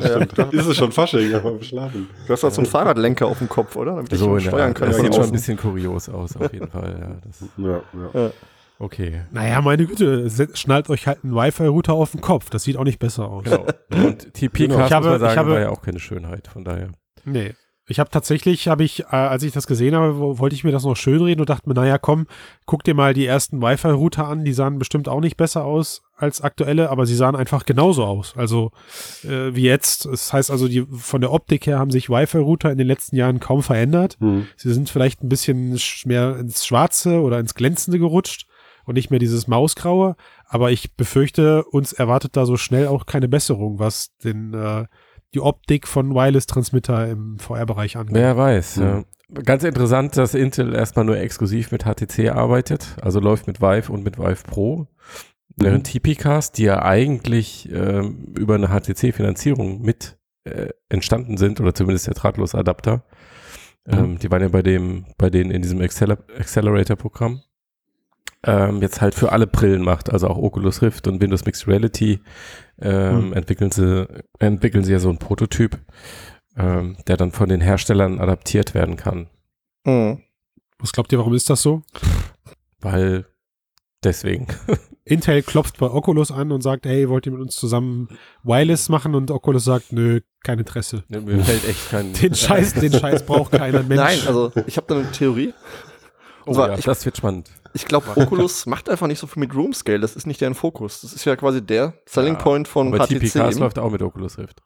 Speaker 4: stimmt. Dann ist es schon Fasching, aber im Schlafen.
Speaker 3: Du hast doch so einen Fahrradlenker auf dem Kopf, oder? Damit ich ihn
Speaker 2: in der
Speaker 3: steuern
Speaker 2: Art.
Speaker 3: kann.
Speaker 2: Das
Speaker 3: von
Speaker 2: sieht schon ein
Speaker 3: außen.
Speaker 2: bisschen kurios aus, auf jeden Fall. Ja, das,
Speaker 4: Ja, ja.
Speaker 2: okay.
Speaker 1: Naja, meine Güte, se- schnallt euch halt einen Wi-Fi-Router auf den Kopf. Das sieht auch nicht besser aus.
Speaker 2: Genau. Und TP
Speaker 1: Genau.
Speaker 2: muss
Speaker 1: Ich habe-
Speaker 2: man sagen,
Speaker 1: ich habe-
Speaker 2: war ja auch keine Schönheit, von daher.
Speaker 1: Nee. Ich habe tatsächlich, habe ich, äh, als ich das gesehen habe, wo- wollte ich mir das noch schönreden und dachte mir, naja, komm, guck dir mal die ersten Wi-Fi-Router an. Die sahen bestimmt auch nicht besser aus als aktuelle, aber sie sahen einfach genauso aus. Also äh, wie jetzt. Das heißt also, die, von der Optik her haben sich Wi-Fi-Router in den letzten Jahren kaum verändert.
Speaker 4: Hm.
Speaker 1: Sie sind vielleicht ein bisschen sch- mehr ins Schwarze oder ins Glänzende gerutscht und nicht mehr dieses Mausgraue. Aber ich befürchte, uns erwartet da so schnell auch keine Besserung, was den, äh, die Optik von Wireless-Transmitter im VR-Bereich angeht.
Speaker 2: Wer weiß.
Speaker 4: Hm.
Speaker 2: Ja. Ganz interessant, dass Intel erstmal nur exklusiv mit HTC arbeitet, also läuft mit Vive und mit Vive Pro. Während TPCast, die ja eigentlich ähm, über eine HTC-Finanzierung mit äh, entstanden sind, oder zumindest der drahtlose Adapter, ähm, die waren ja bei dem, bei denen in diesem Acceler Accelerator-Programm, ähm, jetzt halt für alle Brillen macht, also auch Oculus Rift und Windows Mixed Reality, ähm, entwickeln, sie, entwickeln sie ja so einen Prototyp ähm, der dann von den Herstellern adaptiert werden kann.
Speaker 3: Hm.
Speaker 1: Was glaubt ihr, warum ist das so?
Speaker 2: Weil deswegen.
Speaker 1: Intel klopft bei Oculus an und sagt, hey, wollt ihr mit uns zusammen Wireless machen? Und Oculus sagt, nö, kein Interesse.
Speaker 2: Mir fällt echt kein.
Speaker 1: Den Scheiß, den Scheiß braucht keiner Mensch.
Speaker 3: Nein, also ich habe da eine Theorie.
Speaker 2: Oh,
Speaker 3: Also,
Speaker 2: ja,
Speaker 3: ich-
Speaker 2: das wird spannend.
Speaker 3: Ich glaube, Oculus macht einfach nicht so viel mit Room Scale. Das ist nicht deren Fokus. Das ist ja quasi der Selling Point von
Speaker 2: Aber
Speaker 3: HTC.
Speaker 2: TPKs
Speaker 3: eben.
Speaker 2: läuft auch mit Oculus Rift.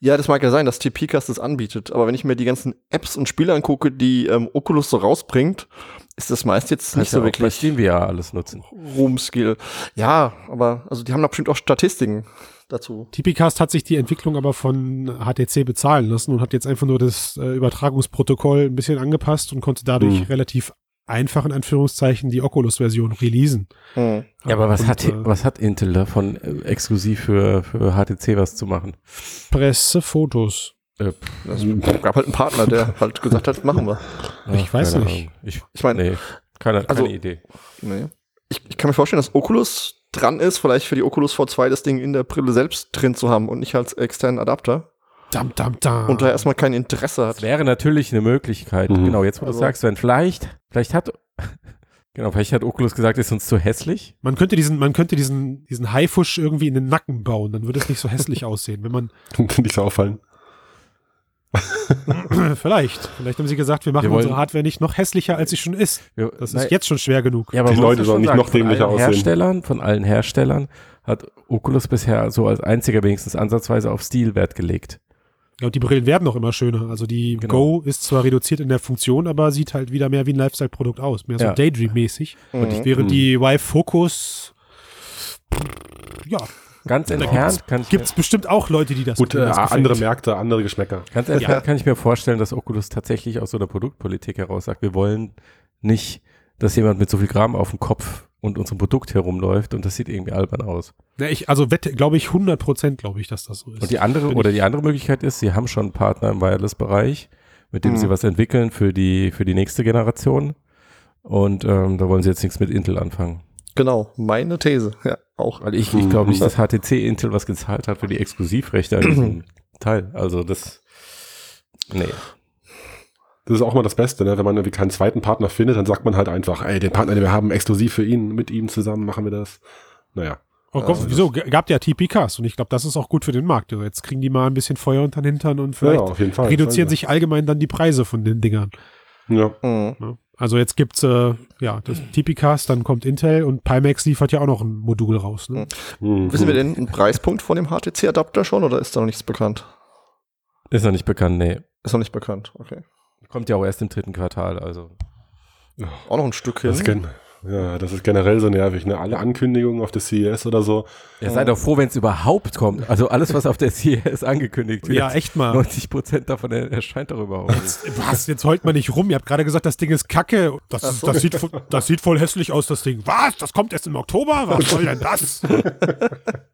Speaker 3: Ja, das mag ja sein, dass TP-Cast das anbietet, aber wenn ich mir die ganzen Apps und Spiele angucke, die ähm, Oculus so rausbringt, ist das meist jetzt
Speaker 2: Kannst
Speaker 3: nicht
Speaker 2: ja
Speaker 3: so
Speaker 2: auch Bei
Speaker 3: wirklich
Speaker 2: Steam VR alles nutzen.
Speaker 3: Room-Skill. Ja, aber also die haben da bestimmt auch Statistiken dazu.
Speaker 1: Tipicast hat sich die Entwicklung aber von HTC bezahlen lassen und hat jetzt einfach nur das äh, Übertragungsprotokoll ein bisschen angepasst und konnte dadurch
Speaker 2: Mhm.
Speaker 4: Hm.
Speaker 1: relativ einfach in Anführungszeichen die Oculus-Version releasen.
Speaker 3: Hm.
Speaker 2: Ja, aber was,
Speaker 1: und,
Speaker 2: hat,
Speaker 1: äh,
Speaker 2: was hat Intel davon, äh, exklusiv für, für HTC was zu machen?
Speaker 1: Pressefotos?
Speaker 2: Äh,
Speaker 3: Es gab halt einen Partner, der halt gesagt hat, machen wir.
Speaker 1: Ich weiß
Speaker 2: keine
Speaker 1: nicht.
Speaker 2: Ahnung. Ich,
Speaker 3: Ich meine,
Speaker 2: nee, keine, keine
Speaker 3: Also-
Speaker 2: Idee.
Speaker 3: nee. ich, ich kann mir vorstellen, dass Oculus dran ist, vielleicht für die Oculus V2 das Ding in der Brille selbst drin zu haben und nicht als externen Adapter.
Speaker 1: Dam, dam, dam.
Speaker 2: äh,
Speaker 3: Und da erstmal kein Interesse
Speaker 2: Das
Speaker 3: hat.
Speaker 2: wäre natürlich eine Möglichkeit.
Speaker 4: Mhm.
Speaker 2: Genau, jetzt wo du
Speaker 3: Also-
Speaker 2: sagst, wenn vielleicht, vielleicht hat, genau, vielleicht hat Oculus gesagt, ist uns zu hässlich.
Speaker 1: man könnte diesen, man könnte diesen, diesen Haifusch irgendwie in den Nacken bauen, dann würde es nicht so hässlich aussehen. Wenn man,
Speaker 4: Nicht so auffallen.
Speaker 1: vielleicht, vielleicht haben sie gesagt, wir machen
Speaker 2: Wir wollen-
Speaker 1: unsere Hardware nicht noch hässlicher, als sie schon ist.
Speaker 2: Wir-
Speaker 1: Das
Speaker 2: nein,
Speaker 1: ist jetzt schon schwer genug.
Speaker 2: ja, aber
Speaker 4: Die
Speaker 2: man muss
Speaker 4: Leute
Speaker 2: ja
Speaker 4: sollen
Speaker 2: schon
Speaker 4: nicht
Speaker 2: sagen,
Speaker 4: noch dämlicher
Speaker 2: von allen
Speaker 4: aussehen.
Speaker 2: Herstellern, von allen Herstellern hat Oculus bisher so als einziger wenigstens ansatzweise auf Stil Wert gelegt.
Speaker 1: Ja, und Genau, die Brillen werden noch immer schöner. Also die
Speaker 2: Genau.
Speaker 1: Go ist zwar reduziert in der Funktion, aber sieht halt wieder mehr wie ein Lifestyle-Produkt aus. Mehr so
Speaker 2: Ja.
Speaker 1: Daydream-mäßig.
Speaker 3: Und
Speaker 1: Mhm. Während die Y Focus, ja,
Speaker 2: Ganz
Speaker 1: gibt's-
Speaker 2: entfernt kann ich mir,
Speaker 1: gibt's bestimmt auch Leute, die das
Speaker 4: Gut, äh,
Speaker 1: denen das gefällt.
Speaker 4: andere Märkte, andere Geschmäcker.
Speaker 2: ganz entfernt kann ich mir vorstellen, dass Oculus tatsächlich aus so einer Produktpolitik heraus sagt, wir wollen nicht, dass jemand mit so viel Gramm auf dem Kopf und unserem Produkt herumläuft und das sieht irgendwie albern aus.
Speaker 1: Ne, ich, also wette, glaube ich, 100 Prozent glaube ich, dass das so ist.
Speaker 2: Und die andere
Speaker 1: Bin
Speaker 2: oder
Speaker 1: ich-
Speaker 2: die andere Möglichkeit ist, sie haben schon einen Partner im Wireless-Bereich, mit dem
Speaker 3: Mhm.
Speaker 2: sie was entwickeln für die für die nächste Generation. Und ähm, da wollen sie jetzt nichts mit Intel anfangen,
Speaker 3: Genau, meine These. Ja, auch.
Speaker 2: weil ich, Mhm. ich glaube nicht, dass HTC Intel was gezahlt hat für die Exklusivrechte an diesem Teil. Also das nee.
Speaker 4: Das ist auch mal das Beste, ne? wenn man irgendwie keinen zweiten Partner findet, dann sagt man halt einfach, ey, den Partner, den wir haben, exklusiv für ihn, mit ihm zusammen machen wir das. Naja.
Speaker 1: oh Gott,
Speaker 4: also
Speaker 1: wieso? G- Gab ja TPKs und ich glaube, das ist auch gut für den Markt. Also jetzt kriegen die mal ein bisschen Feuer unter den Hintern und vielleicht
Speaker 4: auf jeden Fall.
Speaker 1: reduzieren sich allgemein dann die Preise von den Dingern.
Speaker 4: Ja.
Speaker 3: Mhm.
Speaker 1: ne? Also jetzt gibt's äh, ja das TPKs, dann kommt Intel und Pimax liefert ja auch noch ein Modul raus. Ne?
Speaker 3: Mhm. Wissen wir denn einen Preispunkt von dem HTC-Adapter schon oder ist da noch nichts bekannt?
Speaker 2: Ist noch nicht bekannt, nee.
Speaker 3: Ist noch nicht bekannt, okay.
Speaker 2: Kommt ja auch erst im dritten Quartal, also.
Speaker 3: Auch noch ein Stück hin.
Speaker 4: Das ist, gen ja, das ist generell so nervig, ne? Alle Ankündigungen auf der CES oder so.
Speaker 2: Ja, seid doch froh, wenn es überhaupt kommt. Also alles, was auf der CES angekündigt wird.
Speaker 1: Ja, echt mal.
Speaker 2: 90 Prozent davon er- erscheint doch überhaupt nicht.
Speaker 1: Was? Jetzt heult man nicht rum. Ihr habt gerade gesagt, das Ding ist kacke. Das, ist, das, sieht, vo- das sieht voll hässlich aus, das Ding. Was? Das kommt erst im Oktober? Was soll denn das?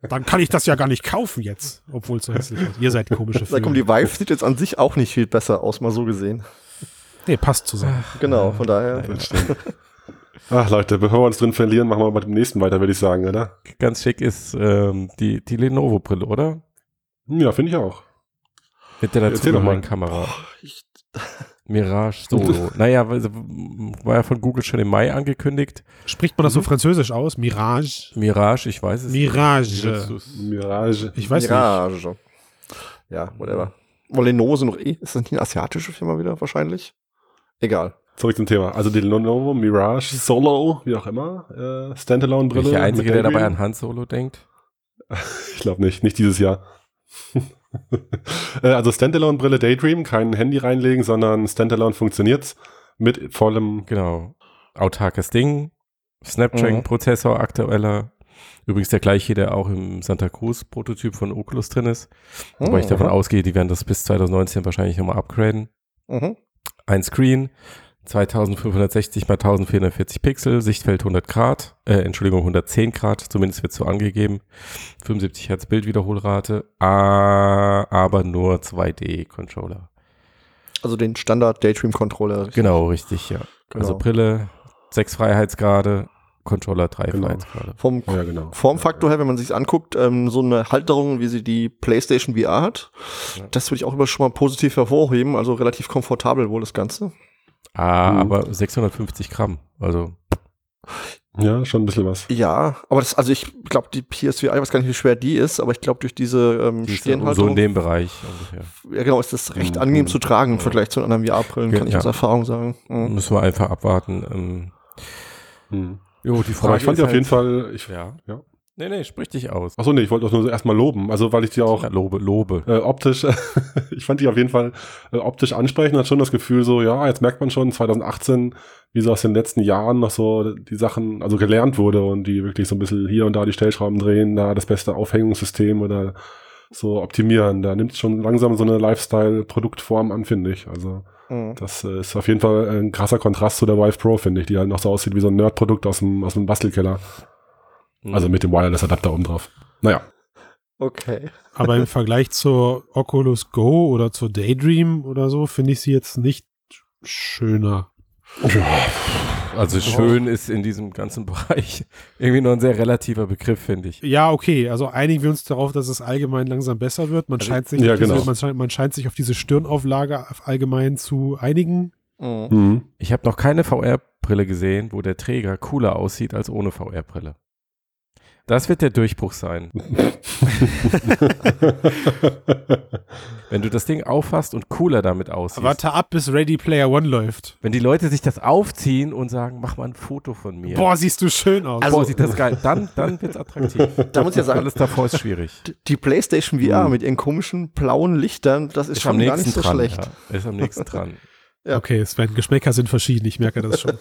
Speaker 1: Dann kann ich das ja gar nicht kaufen jetzt, obwohl es so hässlich ist. Ihr seid komische
Speaker 3: Da kommt
Speaker 1: Vögel.
Speaker 3: die Vive sieht jetzt an sich auch nicht viel besser aus, mal so gesehen.
Speaker 1: Nee, passt zusammen.
Speaker 3: Genau, von daher.
Speaker 4: Ach Leute, bevor wir uns drin verlieren, machen wir mal mit dem nächsten weiter, würde ich sagen, oder?
Speaker 2: Ganz schick ist ähm, die, die Lenovo-Brille, oder?
Speaker 4: Ja, finde ich auch.
Speaker 2: Mit der
Speaker 4: Erzähl doch mal.
Speaker 2: dazugehörigen Kamera.
Speaker 3: ich-
Speaker 2: Mirage Solo. naja, weil- war ja von Google schon im Mai angekündigt.
Speaker 1: Spricht man das so
Speaker 3: Mhm.
Speaker 1: französisch aus? Mirage?
Speaker 2: Mirage, ich weiß es nicht. Willst
Speaker 1: Mirage.
Speaker 2: du's-
Speaker 4: Mirage.
Speaker 1: Ich weiß nicht.
Speaker 3: Mirage. Ja, whatever. Und Lenovo sind noch eh. Ist das nicht eine asiatische Firma wieder wahrscheinlich? Egal.
Speaker 4: Zurück zum Thema. Also die Lenovo Mirage Solo, wie auch immer, äh, Standalone-Brille.
Speaker 2: Bin ich der Einzige,
Speaker 4: mit
Speaker 2: der dabei
Speaker 4: Daydream?
Speaker 2: an Han Solo denkt?
Speaker 4: Ich glaube nicht, nicht dieses Jahr. Äh, also Standalone-Brille Daydream, kein Handy reinlegen, sondern Standalone funktioniert's mit vollem.
Speaker 2: Genau. Autarkes Ding.
Speaker 4: Mhm.
Speaker 2: Snapdragon-Prozessor aktueller. Übrigens der gleiche, der auch im Santa Cruz-Prototyp von Oculus drin ist. Wobei ich davon ausgehe, die werden das bis 2019 wahrscheinlich nochmal upgraden.
Speaker 3: Mhm.
Speaker 2: Ein Screen, 2560 x 1440 Pixel, Sichtfeld 100 Grad, äh, Entschuldigung, 110 Grad, zumindest wird so angegeben. 75 Hertz Bildwiederholrate, ah, aber nur 2D-Controller.
Speaker 3: Also den Standard Daydream Controller.
Speaker 2: Genau, richtig, ja. Also
Speaker 3: Genau.
Speaker 2: Brille, 6 Freiheitsgrade, Controller 3
Speaker 4: Genau.
Speaker 2: Freiheitsgrade.
Speaker 3: Vom
Speaker 4: Ja, genau.
Speaker 3: Formfaktor her, wenn man sich anguckt, ähm, so eine Halterung, wie sie die PlayStation VR hat,
Speaker 2: Ja.
Speaker 3: das würde ich auch immer schon mal positiv hervorheben. Also relativ komfortabel wohl das Ganze.
Speaker 2: Ah,
Speaker 4: Mhm.
Speaker 2: aber 650 Gramm, also
Speaker 4: Ja, schon ein bisschen was.
Speaker 3: Ja, aber das, also ich glaube, die PSVR, ich weiß gar nicht, wie schwer die ist, aber ich glaube, durch diese ähm,
Speaker 2: die ist so in
Speaker 3: Stirnhalterung,
Speaker 2: dem Bereich ungefähr.
Speaker 3: ja genau, ist das recht
Speaker 4: Mhm.
Speaker 3: angenehm zu tragen im Vergleich zu den anderen VR-Brillen, kann
Speaker 2: Ja.
Speaker 3: ich aus Erfahrung sagen. Mhm.
Speaker 2: Müssen wir einfach abwarten. Ähm,
Speaker 4: Hm.
Speaker 2: jo, die Frage
Speaker 4: Aber ich fand
Speaker 2: ist
Speaker 4: die auf jeden
Speaker 2: halt-
Speaker 4: Fall. Ich,
Speaker 2: Ja.
Speaker 4: Ja.
Speaker 2: Nee, nee, sprich dich aus.
Speaker 4: achso, nee, ich wollte doch nur erstmal loben. Also, weil ich die auch
Speaker 2: Ja, lobe, lobe.
Speaker 4: äh, optisch, ich fand die auf jeden Fall äh, optisch ansprechend, hat schon das Gefühl so, ja, jetzt merkt man schon 2018, wie so aus den letzten Jahren noch so die Sachen, also gelernt wurde und die wirklich so ein bisschen hier und da die Stellschrauben drehen, da das beste Aufhängungssystem oder so optimieren. Da nimmt es schon langsam so eine Lifestyle-Produktform an, finde ich. Also
Speaker 3: Mhm.
Speaker 4: das äh, ist auf jeden Fall ein krasser Kontrast zu der Vive Pro, finde ich, die halt noch so aussieht wie so ein
Speaker 2: Mhm.
Speaker 4: Also Nerd-Produkt aus dem, aus dem Bastelkeller. Also mit dem Wireless-Adapter oben drauf. Naja,
Speaker 3: Okay.
Speaker 1: Aber im Vergleich zur Oculus Go oder zur Daydream oder so finde ich sie jetzt nicht schöner.
Speaker 2: Also schön ist in diesem ganzen Bereich irgendwie nur ein sehr relativer Begriff, finde ich.
Speaker 1: Ja, okay. Also einigen wir uns darauf, dass es allgemein langsam besser wird. Man scheint sich,
Speaker 4: ja,
Speaker 1: auf diese,
Speaker 4: genau.
Speaker 1: man, scheint, man scheint sich auf diese Stirnauflage allgemein zu einigen.
Speaker 3: Mhm.
Speaker 4: Mhm.
Speaker 2: Ich habe noch keine VR-Brille gesehen, wo der Träger cooler aussieht als ohne VR-Brille. Das wird der Durchbruch sein. Wenn du das Ding auffasst und cooler damit aussiehst.
Speaker 1: Warte ab, bis Ready Player One läuft.
Speaker 2: Wenn die Leute sich das aufziehen und sagen, mach mal ein Foto von mir.
Speaker 1: Boah, siehst du schön
Speaker 4: Also,
Speaker 1: aus.
Speaker 3: also-
Speaker 2: Boah, sieht das geil. Dann, dann wird's attraktiv. Also
Speaker 3: Da muss ich ja sagen,
Speaker 2: Alles davor ist schwierig.
Speaker 3: d- die PlayStation VR
Speaker 4: Mhm.
Speaker 3: mit ihren komischen blauen Lichtern, das ist, schon gar nicht so
Speaker 2: dran.
Speaker 3: schlecht.
Speaker 2: Ja, ist am nächsten dran.
Speaker 3: Ja.
Speaker 1: Okay, Sven, Geschmäcker sind verschieden, ich merke das schon.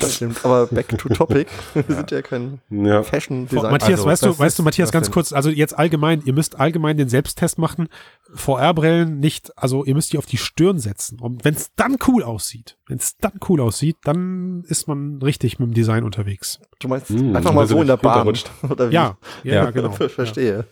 Speaker 3: Das stimmt. Aber back to topic. Wir sind ja kein
Speaker 4: ja.
Speaker 3: Fashion
Speaker 1: Boah,
Speaker 3: Design.
Speaker 1: Matthias,
Speaker 2: Also,
Speaker 1: weißt
Speaker 2: das
Speaker 1: du, weißt du,
Speaker 2: ist-
Speaker 1: Matthias,
Speaker 2: das
Speaker 1: ganz
Speaker 2: sind-
Speaker 1: kurz, also jetzt allgemein, ihr müsst allgemein den Selbsttest machen. VR-Brillen nicht, also ihr müsst die auf die Stirn setzen. Und wenn es dann cool aussieht, wenn es dann cool aussieht, dann ist man richtig mit dem Design unterwegs.
Speaker 3: Du meinst
Speaker 4: Mhm.
Speaker 3: einfach mal
Speaker 4: Also
Speaker 3: so in der Bahn.
Speaker 4: runterrutscht.
Speaker 3: Oder wie?
Speaker 1: Ja, ja,
Speaker 2: Ja.
Speaker 1: genau.
Speaker 3: Verstehe.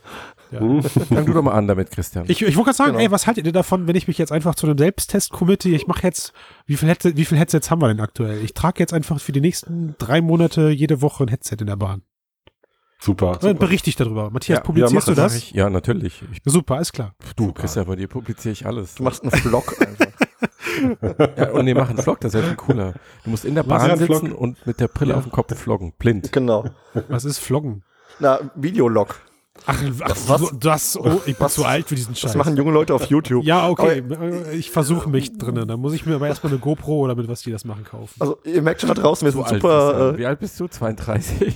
Speaker 4: Mhm.
Speaker 2: Fang du doch mal an damit, Christian.
Speaker 1: Ich, ich wollte gerade sagen,
Speaker 3: Genau.
Speaker 1: ey, was haltet ihr davon, wenn ich mich jetzt einfach zu einem Selbsttest committe? Ich mache jetzt, wie viel, Headset, wie viel Headsets haben wir denn aktuell? Ich trage jetzt einfach für die nächsten drei Monate jede Woche ein Headset in der Bahn.
Speaker 4: Super.
Speaker 1: Dann berichte ich darüber. Matthias,
Speaker 2: Ja,
Speaker 1: publizierst
Speaker 4: ja,
Speaker 1: du
Speaker 4: mach
Speaker 1: das?
Speaker 4: das,
Speaker 2: ja, natürlich. Ich,
Speaker 1: Super, ist klar.
Speaker 2: du, Christian, bei dir publiziere ich alles.
Speaker 3: Du machst einen Vlog einfach.
Speaker 2: Ja, und nee, mach einen Vlog, das wäre viel cooler. Du musst in der
Speaker 4: Mach ja
Speaker 2: Bahn
Speaker 4: einen Vlog.
Speaker 2: sitzen und mit der Brille auf dem Kopf vloggen. Blind.
Speaker 3: genau.
Speaker 1: Was ist Vloggen?
Speaker 3: Na, Videolog.
Speaker 1: Ach, ach
Speaker 3: was?
Speaker 1: so, das, oh, ich bin
Speaker 3: Was?
Speaker 1: zu alt für diesen Scheiß.
Speaker 3: Das machen junge Leute auf YouTube.
Speaker 1: ja, okay, äh, ich versuche mich drinnen. Dann muss ich mir aber erstmal eine GoPro oder mit was die das machen kaufen.
Speaker 3: Also ihr merkt schon da draußen, wir
Speaker 2: Du
Speaker 3: sind
Speaker 2: alt,
Speaker 3: super.
Speaker 2: Christian.
Speaker 3: Äh,
Speaker 2: Wie alt bist du? 32?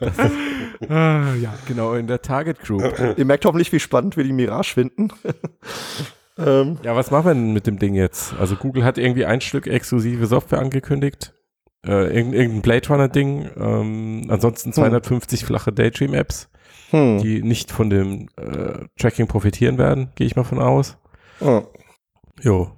Speaker 1: Äh, ja.
Speaker 2: genau, in der Target Group.
Speaker 3: ihr merkt hoffentlich, wie spannend wir die Mirage finden. ähm,
Speaker 2: Ja, was machen wir denn mit dem Ding jetzt? Also Google hat irgendwie ein Stück exklusive Software angekündigt. Äh, irgendein, irgendein Blade Runner Ding. Ähm, ansonsten 250 flache Daydream Apps,
Speaker 3: hm.
Speaker 2: die nicht von dem äh, Tracking profitieren werden, gehe ich mal von aus.
Speaker 3: Oh.
Speaker 2: Jo.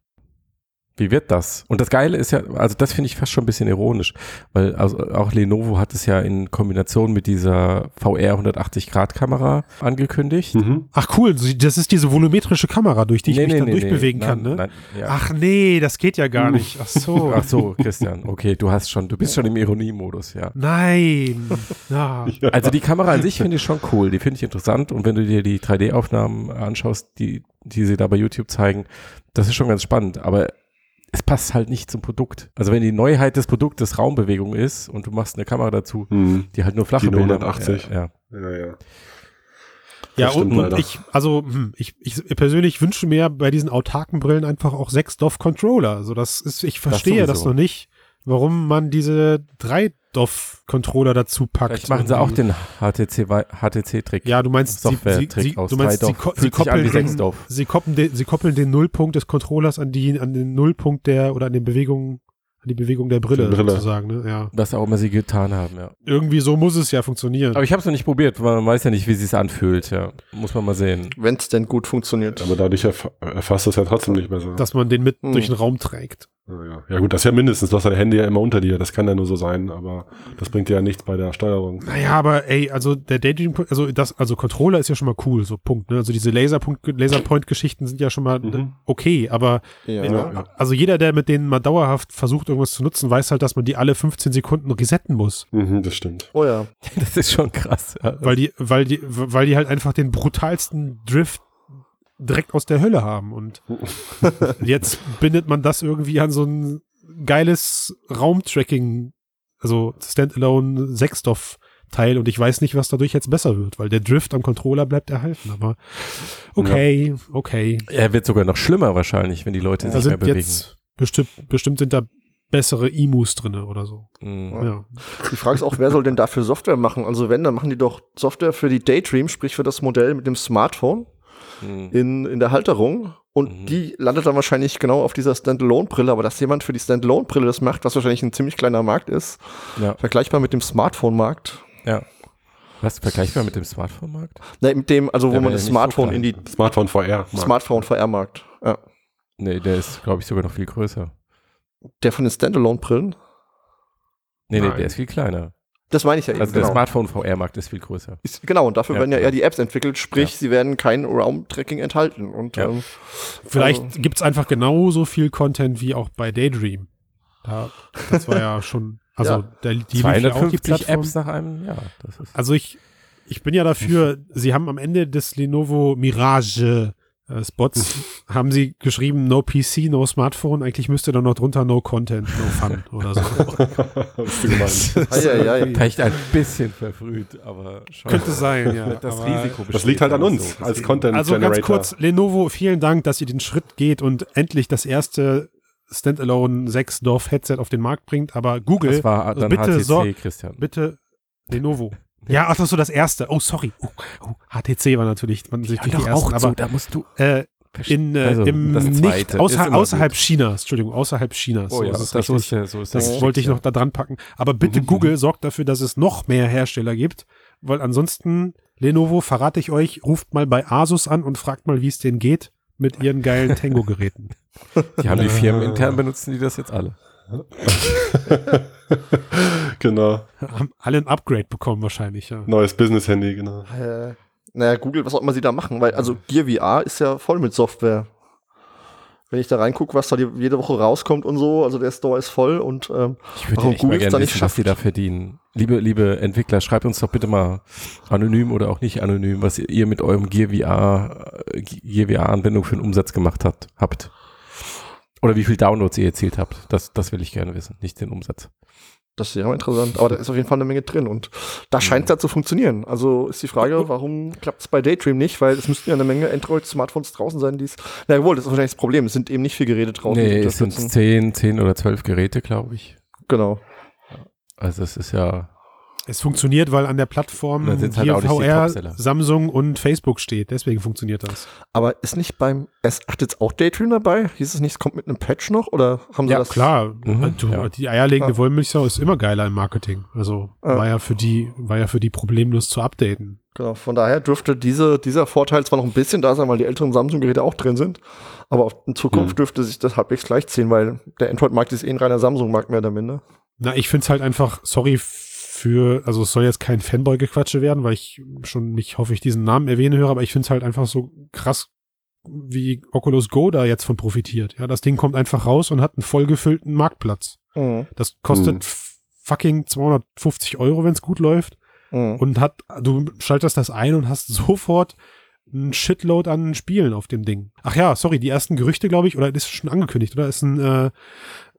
Speaker 2: Wie wird das? Und das Geile ist ja, also das finde ich fast schon ein bisschen ironisch, weil also auch Lenovo hat es ja in Kombination mit dieser VR 180-Grad-Kamera angekündigt.
Speaker 4: Mhm.
Speaker 1: Ach cool, so- das ist diese volumetrische Kamera, durch die ich mich dann durchbewegen
Speaker 2: nein,
Speaker 1: kann, ne?
Speaker 2: Nein, ja. Ach.
Speaker 1: Ach nee, das geht ja gar
Speaker 4: Hm.
Speaker 1: nicht. Ach so.
Speaker 2: so, Christian, okay, du hast schon, du bist schon im Ironiemodus, ja.
Speaker 1: Nein. Ja.
Speaker 2: Also die Kamera an sich finde ich schon cool, die finde ich interessant und wenn du dir die 3D-Aufnahmen anschaust, die, die sie da bei YouTube zeigen, das ist schon ganz spannend, aber es passt halt nicht zum Produkt. Also wenn die Neuheit des Produktes Raumbewegung ist und du machst eine Kamera dazu,
Speaker 4: Mhm.
Speaker 2: die halt nur flache
Speaker 4: Die nur
Speaker 2: Bilder
Speaker 4: 180.
Speaker 2: macht, Ja, ja.
Speaker 4: Ja, ja.
Speaker 1: Ja,
Speaker 4: Das stimmt
Speaker 1: und
Speaker 4: leider.
Speaker 1: ich, also hm, ich, ich persönlich wünsche mir bei diesen autarken Brillen einfach auch sechs DOF-Controller. Also das ist, ich verstehe das,
Speaker 2: sowieso.
Speaker 1: noch nicht, warum man diese drei DOF-Controller dazu packt.
Speaker 2: Vielleicht machen sie auch den HTC, wei- HTC-Trick.
Speaker 1: Ja, du meinst, sie, sie,
Speaker 2: Software-Trick
Speaker 1: sie,
Speaker 2: aus
Speaker 1: du meinst
Speaker 2: drei
Speaker 1: sie,
Speaker 2: Dorf.
Speaker 1: ko- sie,
Speaker 2: Fühlt sich an wie
Speaker 1: koppeln
Speaker 2: sechs
Speaker 1: den,
Speaker 2: Dorf.
Speaker 1: sie, koppeln den, sie koppeln den Nullpunkt des Controllers an, die, an den Nullpunkt der oder an den Bewegungen an die Bewegung der Brille,
Speaker 4: Die Brille.
Speaker 1: sozusagen. Ne? Ja.
Speaker 2: Was auch immer sie getan haben, ja.
Speaker 1: Irgendwie so muss es ja funktionieren.
Speaker 2: Aber ich habe es noch nicht probiert, weil man weiß ja nicht, wie sie es anfühlt, ja. Muss man mal sehen.
Speaker 3: Wenn es denn gut funktioniert.
Speaker 4: Aber dadurch erf erfasst das ja trotzdem nicht besser.
Speaker 1: dass man den mit
Speaker 3: Hm.
Speaker 1: durch den Raum trägt.
Speaker 4: Ja, ja. ja gut, das ist ja mindestens. Du hast deine Hände ja immer unter dir. Das kann ja nur so sein, aber das bringt dir ja nichts bei der Steuerung.
Speaker 1: Naja, aber ey, also der Daydream, also das, also Controller ist ja schon mal cool, so Punkt. Ne? Also diese Laserpunkt, Laserpoint-Geschichten sind ja schon mal
Speaker 4: Mhm.
Speaker 1: okay, aber
Speaker 3: Ja.
Speaker 1: wenn-
Speaker 4: Ja, ja.
Speaker 1: also jeder, der mit denen mal dauerhaft versucht, irgendwas zu nutzen, weiß halt, dass man die alle 15 Sekunden resetten muss,
Speaker 4: Mhm, das stimmt.
Speaker 3: Oh ja.
Speaker 2: Das ist schon krass. Ja.
Speaker 1: weil die, weil die, weil die halt einfach den brutalsten Drift direkt aus der Hölle haben und jetzt bindet man das irgendwie an so ein geiles Raumtracking, also Standalone Sechstoff Teil und ich weiß nicht, was dadurch jetzt besser wird, weil der Drift am Controller bleibt erhalten, aber okay, okay.
Speaker 2: Er wird sogar noch schlimmer wahrscheinlich, wenn die Leute
Speaker 1: Da
Speaker 2: sich mehr
Speaker 1: sind
Speaker 2: bewegen.
Speaker 1: Also jetzt bestimmt, bestimmt sind da bessere Emus drinne oder so.
Speaker 2: Mhm.
Speaker 1: Ja.
Speaker 3: Die Frage ist auch, wer soll denn dafür Software machen? Also wenn, dann machen die doch Software für die Daydream, sprich für das Modell mit dem Smartphone
Speaker 2: Mhm.
Speaker 3: in, in der Halterung. Und
Speaker 2: Mhm.
Speaker 3: die landet dann wahrscheinlich genau auf dieser Standalone-Brille. Aber dass jemand für die Standalone-Brille das macht, was wahrscheinlich ein ziemlich kleiner Markt ist,
Speaker 2: Ja.
Speaker 3: vergleichbar mit dem Smartphone-Markt.
Speaker 2: Was vergleichbar mit dem Smartphone-Markt?
Speaker 3: Ne, mit dem, also wo
Speaker 2: Der
Speaker 3: man
Speaker 2: wäre
Speaker 3: das
Speaker 2: nicht so
Speaker 3: Smartphone
Speaker 2: klein.
Speaker 3: in die
Speaker 4: Smartphone VR. Marc.
Speaker 3: Smartphone-VR-Markt. Ja.
Speaker 2: Nee, der ist, glaube ich, sogar noch viel größer.
Speaker 3: Der von den Standalone-Brillen?
Speaker 2: Nee, nee,
Speaker 1: Nein.
Speaker 2: der ist viel kleiner.
Speaker 3: Das meine ich ja eben.
Speaker 2: Also der
Speaker 3: genau.
Speaker 2: Smartphone-VR-Markt ist viel größer.
Speaker 3: Ist, genau, und dafür
Speaker 2: Ja,
Speaker 3: werden ja
Speaker 2: genau.
Speaker 3: eher die Apps entwickelt, sprich, sie werden kein Raumtracking enthalten. Und
Speaker 2: Ja.
Speaker 3: ähm,
Speaker 1: Vielleicht
Speaker 3: Also-
Speaker 1: gibt's einfach genauso viel Content wie auch bei Daydream. Da, das war ja schon, also
Speaker 3: Ja.
Speaker 1: da, die lief ja auch die
Speaker 2: 250
Speaker 1: Plattform.
Speaker 2: Apps nach einem Jahr. Das ist
Speaker 1: Also ich, ich bin ja dafür,
Speaker 2: Mhm.
Speaker 1: sie haben am Ende des Lenovo Mirage äh, Spots, haben sie geschrieben, no PC, no Smartphone, eigentlich müsste da noch drunter no Content, no Fun oder so.
Speaker 4: Hast du gemeint.
Speaker 3: also, ei, ei, ei.
Speaker 2: vielleicht ein bisschen verfrüht, aber schon.
Speaker 1: Könnte sein, ja.
Speaker 2: Das
Speaker 1: aber-
Speaker 2: Risiko
Speaker 4: Das liegt halt an
Speaker 2: besteht so.
Speaker 4: uns als
Speaker 2: Deswegen-
Speaker 4: Content
Speaker 1: Also
Speaker 4: Generator.
Speaker 1: ganz kurz, Lenovo, vielen Dank, dass ihr den Schritt geht und endlich das erste Standalone 6 Dorf Headset auf den Markt bringt, aber Google,
Speaker 2: Das war dann
Speaker 1: Also Bitte
Speaker 2: HTC,
Speaker 1: sor-
Speaker 2: Christian.
Speaker 1: bitte Lenovo. Ja, ach, das ist so das erste. Oh, sorry. Oh, oh, HTC war natürlich, man sich nicht die ersten, aber
Speaker 2: da musst du
Speaker 1: äh, in, äh,
Speaker 2: Also,
Speaker 1: im
Speaker 2: das
Speaker 1: nicht,
Speaker 2: Zweite ist
Speaker 1: außer,
Speaker 2: immer
Speaker 1: außerhalb Chinas, Entschuldigung, außerhalb Chinas.
Speaker 2: Oh
Speaker 1: So
Speaker 2: ja,
Speaker 1: ist
Speaker 2: das,
Speaker 1: es
Speaker 2: das, so
Speaker 1: richtig.
Speaker 2: ist der, so ist
Speaker 1: Das
Speaker 2: der
Speaker 1: wollte ich
Speaker 2: Geschichtsjahr.
Speaker 1: noch da dran packen. Aber bitte
Speaker 4: Mhm,
Speaker 1: Google sorgt dafür, dass es noch mehr Hersteller gibt, weil ansonsten, Lenovo, verrate ich euch, ruft mal bei Asus an und fragt mal, wie es denen geht mit ihren geilen Tango-Geräten.
Speaker 2: Die haben die
Speaker 1: Äh.
Speaker 2: Firmen intern benutzen die das jetzt alle.
Speaker 4: genau.
Speaker 1: Haben alle ein Upgrade bekommen wahrscheinlich, ja.
Speaker 4: Neues Business-Handy, genau.
Speaker 3: Äh, naja, Google, was auch immer sie da machen, weil also Gear VR ist ja voll mit Software. Wenn ich da reingucke, was da die, jede Woche rauskommt und so, also der Store ist voll und ähm,
Speaker 2: Ich würde
Speaker 3: Warum
Speaker 2: echt mal
Speaker 3: Google's
Speaker 2: gerne
Speaker 3: da
Speaker 2: wissen,
Speaker 3: nicht
Speaker 2: was die da
Speaker 3: schafft?
Speaker 2: verdienen. Liebe, liebe Entwickler, schreibt uns doch bitte mal anonym oder auch nicht anonym, was ihr mit eurem Gear VR, äh, Gear VR-Anwendung für einen Umsatz gemacht habt, habt. Oder wie viel Downloads ihr erzielt habt. Das, das will ich gerne wissen, nicht den Umsatz.
Speaker 3: das ist ja interessant, aber da ist auf jeden Fall eine Menge drin und da scheint es ja zu funktionieren. Also ist die Frage, warum klappt es bei Daydream nicht, weil es müssten ja eine Menge Android-Smartphones draußen sein, die es, na jawohl, das ist wahrscheinlich das Problem, es sind eben nicht viel Geräte draußen. die
Speaker 2: nee, es sind
Speaker 3: unterstützen.
Speaker 2: 10, 10 oder 12 Geräte, glaube ich.
Speaker 3: genau.
Speaker 2: Also es ist ja,
Speaker 1: Es funktioniert, weil an der Plattform
Speaker 2: Da sind halt
Speaker 1: hier
Speaker 2: auch nicht die
Speaker 1: VR,
Speaker 2: Topseller.
Speaker 1: Samsung und Facebook steht. Deswegen funktioniert das.
Speaker 3: Aber ist nicht beim S, ach, jetzt auch Daydream dabei? Hieß es nicht, es kommt mit einem Patch noch? Oder haben sie
Speaker 1: Ja,
Speaker 3: das?
Speaker 1: klar. Also,
Speaker 2: Mhm,
Speaker 1: du,
Speaker 2: ja.
Speaker 1: Die eierlegende
Speaker 3: Ja.
Speaker 1: Wollmilchsau ist immer geiler im Marketing. Also
Speaker 3: Ja.
Speaker 1: war ja für die, war ja für die problemlos zu updaten.
Speaker 3: Genau, von daher dürfte diese, dieser Vorteil zwar noch ein bisschen da sein, weil die älteren Samsung-Geräte auch drin sind, aber auf- in Zukunft dürfte sich das halbwegs gleichziehen, weil der Android-Markt ist eh ein reiner Samsung-Markt mehr oder minder.
Speaker 1: Na, ich find's halt einfach, sorry für, also es soll jetzt kein Fanboy-Gequatsche werden, weil ich schon mich, hoffe ich, diesen Namen erwähnen höre, aber ich find's halt einfach so krass, wie Oculus Go da jetzt von profitiert. Ja, das Ding kommt einfach raus und hat einen vollgefüllten Marktplatz.
Speaker 3: Mhm.
Speaker 1: Das kostet
Speaker 4: Hm.
Speaker 1: f- fucking 250 Euro, wenn's gut läuft.
Speaker 3: Mhm.
Speaker 1: Und hat, du schaltest das ein und hast sofort ein Shitload an Spielen auf dem Ding. Ach ja, sorry, die ersten Gerüchte, glaube ich, oder das ist schon angekündigt, oder? Ist ein äh,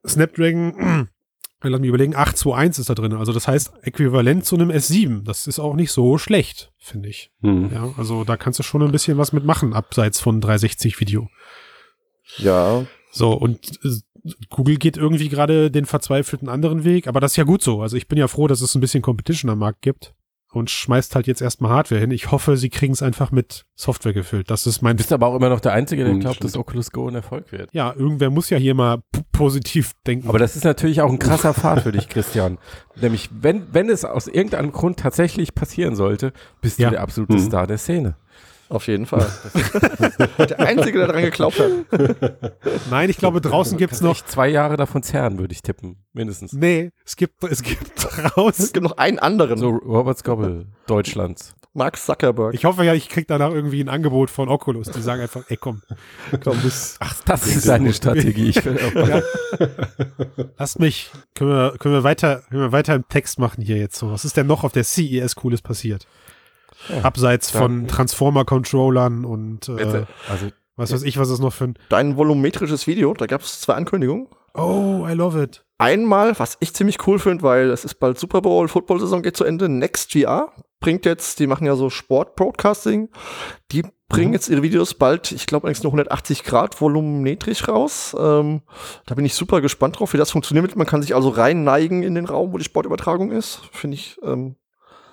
Speaker 1: Snapdragon, äh, lass mich überlegen, 821 ist da drin. Also das heißt, äquivalent zu einem S7. Das ist auch nicht so schlecht, finde ich.
Speaker 4: Hm.
Speaker 1: Ja, also da kannst du schon ein bisschen was mitmachen, abseits von 360 Video.
Speaker 3: Ja,
Speaker 1: So, und äh, Google geht irgendwie gerade den verzweifelten anderen Weg, aber das ist ja gut so. Also ich bin ja froh, dass es ein bisschen Competition am Markt gibt und schmeißt halt jetzt erstmal Hardware hin. Ich hoffe, sie kriegen es einfach mit Software gefüllt. Das ist mein
Speaker 2: bist aber auch immer noch der Einzige, der
Speaker 4: Hm,
Speaker 2: glaubt, dass
Speaker 4: stimmt.
Speaker 2: Oculus Go ein Erfolg wird.
Speaker 1: Ja, irgendwer muss ja hier mal p- positiv denken.
Speaker 2: Aber das ist natürlich auch ein krasser Pfad für dich, Christian. Nämlich, wenn, wenn es aus irgendeinem Grund tatsächlich passieren sollte, bist
Speaker 1: Ja.
Speaker 2: du der absolute
Speaker 4: Mhm.
Speaker 2: Star der Szene.
Speaker 3: auf jeden Fall. der Einzige, der daran geglaubt hat.
Speaker 1: Nein, ich glaube, draußen gibt's noch.
Speaker 2: Nicht zwei Jahre davon zerren, würde ich tippen. Mindestens.
Speaker 1: Nee, es gibt, es gibt
Speaker 3: Es
Speaker 1: draußen.
Speaker 3: gibt noch einen anderen,
Speaker 2: So Robert Scoble, Deutschlands.
Speaker 3: Mark Zuckerberg.
Speaker 1: Ich hoffe ja, ich krieg danach irgendwie ein Angebot von Oculus. Die sagen einfach, ey komm,
Speaker 3: glaub, das
Speaker 2: Ach, das ist seine Strategie. Ich will auch mal.
Speaker 1: lasst mich, können wir, können wir weiter, können wir weiter einen Text machen hier jetzt so. Was ist denn noch auf der CES Cooles passiert? Abseits
Speaker 2: da-
Speaker 1: von Transformer-Controllern und äh,
Speaker 2: Jetzt, also,
Speaker 1: was weiß ich, was ist noch für ein
Speaker 3: dein volumetrisches Video, da gab es zwei Ankündigungen.
Speaker 1: Oh, I love it.
Speaker 3: Einmal, was ich ziemlich cool finde, weil es ist bald Super Bowl, Football-Saison geht zu Ende, Next GR bringt jetzt, die machen ja so Sport-Broadcasting, die bringen
Speaker 1: Mhm.
Speaker 3: jetzt ihre Videos bald, ich glaube eigentlich nur 180 Grad volumetrisch raus. Ähm, da bin ich super gespannt drauf, wie das funktioniert. Man kann sich also reinneigen in den Raum, wo die Sportübertragung ist. Finde ich ähm,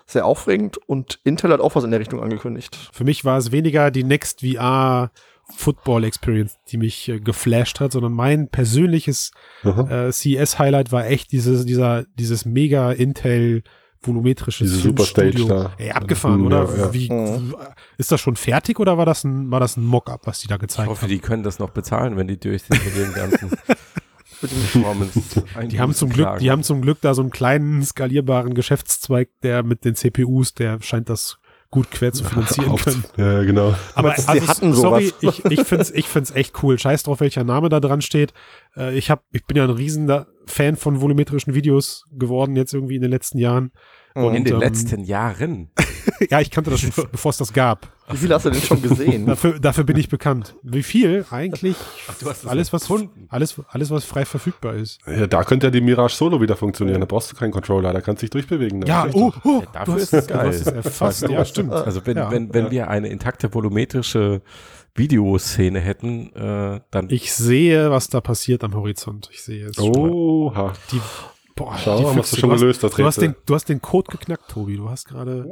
Speaker 3: sehr aufregend und Intel hat auch was in der Richtung angekündigt.
Speaker 1: Für mich war es weniger die Next VR Football Experience, die mich äh, geflasht hat, sondern mein persönliches
Speaker 4: Aha.
Speaker 1: äh, CES-Highlight war echt dieses, dieser, dieses mega Intel volumetrische
Speaker 4: Diese Superstage
Speaker 1: Filmstudio.
Speaker 4: da.
Speaker 1: Ey, abgefahren,
Speaker 4: Mhm,
Speaker 1: oder?
Speaker 4: ja, ja.
Speaker 1: Wie,
Speaker 3: Mhm.
Speaker 1: Ist das schon fertig oder war das ein, war das ein Mock-up, was die da
Speaker 2: ich
Speaker 1: gezeigt
Speaker 2: hoffe,
Speaker 1: haben?
Speaker 2: die können das noch bezahlen, wenn die durch sind mit dem ganzen mit den Performance.
Speaker 1: Die haben, zum Glück, die haben zum Glück da so einen kleinen skalierbaren Geschäftszweig, der mit den CPUs, der scheint das gut quer zu finanzieren
Speaker 4: Haupt-
Speaker 1: können.
Speaker 4: Ja, genau.
Speaker 1: Aber
Speaker 3: Sie
Speaker 1: also,
Speaker 3: hatten
Speaker 1: sorry,
Speaker 3: sowas.
Speaker 1: ich, ich finde es ich find's echt cool. Scheiß drauf, welcher Name da dran steht. Äh, ich, hab, ich bin ja ein riesen da- Fan von volumetrischen Videos geworden jetzt irgendwie in den letzten Jahren.
Speaker 3: Mhm.
Speaker 2: In den
Speaker 1: ähm,
Speaker 2: letzten Jahren.
Speaker 1: ja, ich kannte das schon, bevor es das gab.
Speaker 3: Wie viele hast du denn schon gesehen?
Speaker 1: Dafür, dafür bin ich bekannt. Wie viel? Eigentlich
Speaker 2: du hast das
Speaker 1: alles, was,
Speaker 2: gefunden.
Speaker 1: alles, alles, was frei verfügbar ist.
Speaker 4: Ja, da könnte ja die Mirage Solo wieder funktionieren. Da brauchst du keinen Controller, da kannst du dich durchbewegen. ne?
Speaker 1: Ja,
Speaker 4: Natürlich.
Speaker 1: oh, oh,
Speaker 2: Ja, dafür
Speaker 1: du
Speaker 2: ist
Speaker 1: hast
Speaker 2: es
Speaker 1: es
Speaker 2: geil.
Speaker 1: Du hast es erfasst. ja, stimmt.
Speaker 2: Also wenn,
Speaker 1: Ja.
Speaker 2: wenn, wenn wir eine intakte volumetrische Videoszene hätten, äh, dann
Speaker 1: Ich sehe, was da passiert am Horizont. Ich sehe es. schon.
Speaker 4: Oha.
Speaker 1: Die, boah,
Speaker 4: Oh. Schau,
Speaker 1: die
Speaker 4: haben wir's
Speaker 1: Füchse.
Speaker 4: schon
Speaker 1: du, hast,
Speaker 4: gelöst, das
Speaker 1: du, hast
Speaker 4: Rätsel.
Speaker 1: den, du hast den Code geknackt, Tobi. Du hast gerade.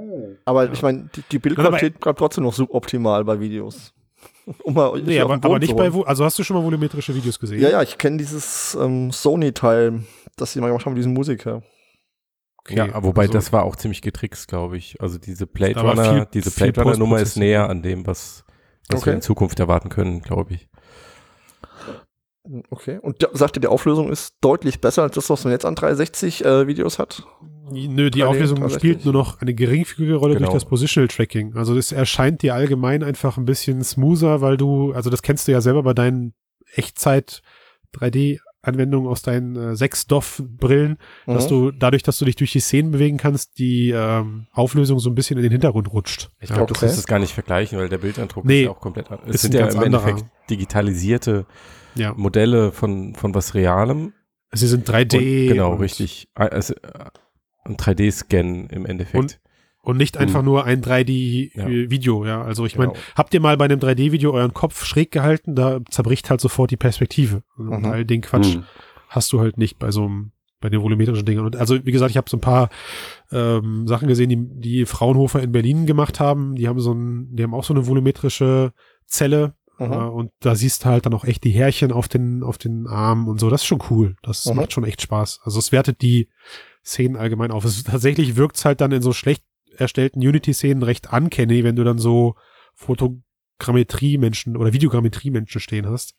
Speaker 3: Aber ich meine, die, die Bildqualität bleibt trotzdem noch suboptimal bei Videos. Um mal
Speaker 1: Nee,
Speaker 3: auf
Speaker 1: aber,
Speaker 3: den Boden
Speaker 1: aber nicht
Speaker 3: zu
Speaker 1: bei.
Speaker 3: holen.
Speaker 1: Vo- Also hast du schon mal volumetrische Videos gesehen?
Speaker 3: Ja, ja, ich kenne dieses ähm, Sony-Teil, das sie mal gemacht haben mit diesem Musiker.
Speaker 1: Okay.
Speaker 2: ja, aber wobei
Speaker 1: Also,
Speaker 2: das war auch ziemlich getrickst, glaube ich. Also diese Blade
Speaker 1: Da war
Speaker 2: Runner,
Speaker 1: viel-
Speaker 2: diese
Speaker 1: viel
Speaker 2: Blade Runner Nummer ist
Speaker 1: Postprozessing.
Speaker 2: näher an dem, was, was wir
Speaker 3: Okay.
Speaker 2: in Zukunft erwarten können, glaube ich.
Speaker 3: Okay. Und da- sagt ihr, die Auflösung ist deutlich besser als das, was man jetzt an 360 äh, Videos hat?
Speaker 1: Nö,
Speaker 2: Ah,
Speaker 1: die
Speaker 3: Nee,
Speaker 1: Auflösung
Speaker 3: tatsächlich.
Speaker 1: spielt nur noch eine geringfügige Rolle
Speaker 2: Genau.
Speaker 1: durch das Positional Tracking. Also es erscheint dir allgemein einfach ein bisschen smoother, weil du, also das kennst du ja selber bei deinen Echtzeit 3D Anwendungen aus deinen äh, 6 DOF Brillen, dass
Speaker 3: Mhm.
Speaker 1: du dadurch, dass du dich durch die Szenen bewegen kannst, die ähm, Auflösung so ein bisschen in den Hintergrund rutscht.
Speaker 2: Ich glaube,
Speaker 3: okay.
Speaker 2: du kannst es gar nicht vergleichen, weil der Bildeindruck
Speaker 1: Nee,
Speaker 2: ist ja auch komplett anders. Es
Speaker 1: ist
Speaker 2: sind
Speaker 1: ein
Speaker 2: ja
Speaker 1: ganz
Speaker 2: im
Speaker 1: anderer.
Speaker 2: Endeffekt digitalisierte
Speaker 1: Ja,
Speaker 2: Modelle von, von was Realem.
Speaker 1: sie sind
Speaker 2: Und,
Speaker 1: 3D.
Speaker 2: genau,
Speaker 1: und,
Speaker 2: richtig. Ah, Also, äh, ein 3D-Scan im Endeffekt.
Speaker 1: Und Und nicht einfach nur ein 3D-Video, ja. Also ich meine,
Speaker 2: Genau.
Speaker 1: habt ihr mal bei einem 3D-Video euren Kopf schräg gehalten, da zerbricht halt sofort die Perspektive. Und
Speaker 3: Mhm.
Speaker 1: all den Quatsch
Speaker 4: Hm.
Speaker 1: hast du halt nicht bei so einem, bei den volumetrischen Dingern. Und also, wie gesagt, ich habe so ein paar ähm, Sachen gesehen, die, die Fraunhofer in Berlin gemacht haben. Die haben so ein, die haben auch so eine volumetrische Zelle. Äh,
Speaker 3: Mhm.
Speaker 1: und da siehst du halt dann auch echt die Härchen auf den, auf den Armen und so. Das ist schon cool. Das
Speaker 3: Mhm.
Speaker 1: macht schon echt Spaß. Also es wertet die Szenen allgemein auf. Es, tatsächlich wirkt's halt dann in so schlecht erstellten Unity-Szenen recht uncanny, wenn du dann so Fotogrammetrie-Menschen oder Videogrammetrie-Menschen stehen hast.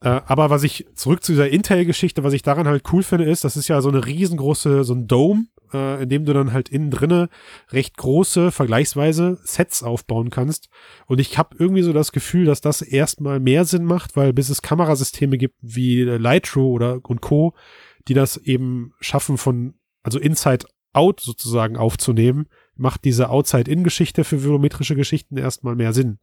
Speaker 1: Äh, aber was ich zurück zu dieser Intel-Geschichte, was ich daran halt cool finde, ist, das ist ja so eine riesengroße, so ein Dome, äh, in dem du dann halt innen drinne recht große, vergleichsweise Sets aufbauen kannst. Und ich habe irgendwie so das Gefühl, dass das erstmal mehr Sinn macht, weil bis es Kamerasysteme gibt wie Lightroom oder und Co, die das eben schaffen von, also Inside Out sozusagen aufzunehmen, macht diese Outside-In-Geschichte für volumetrische Geschichten erstmal mehr Sinn.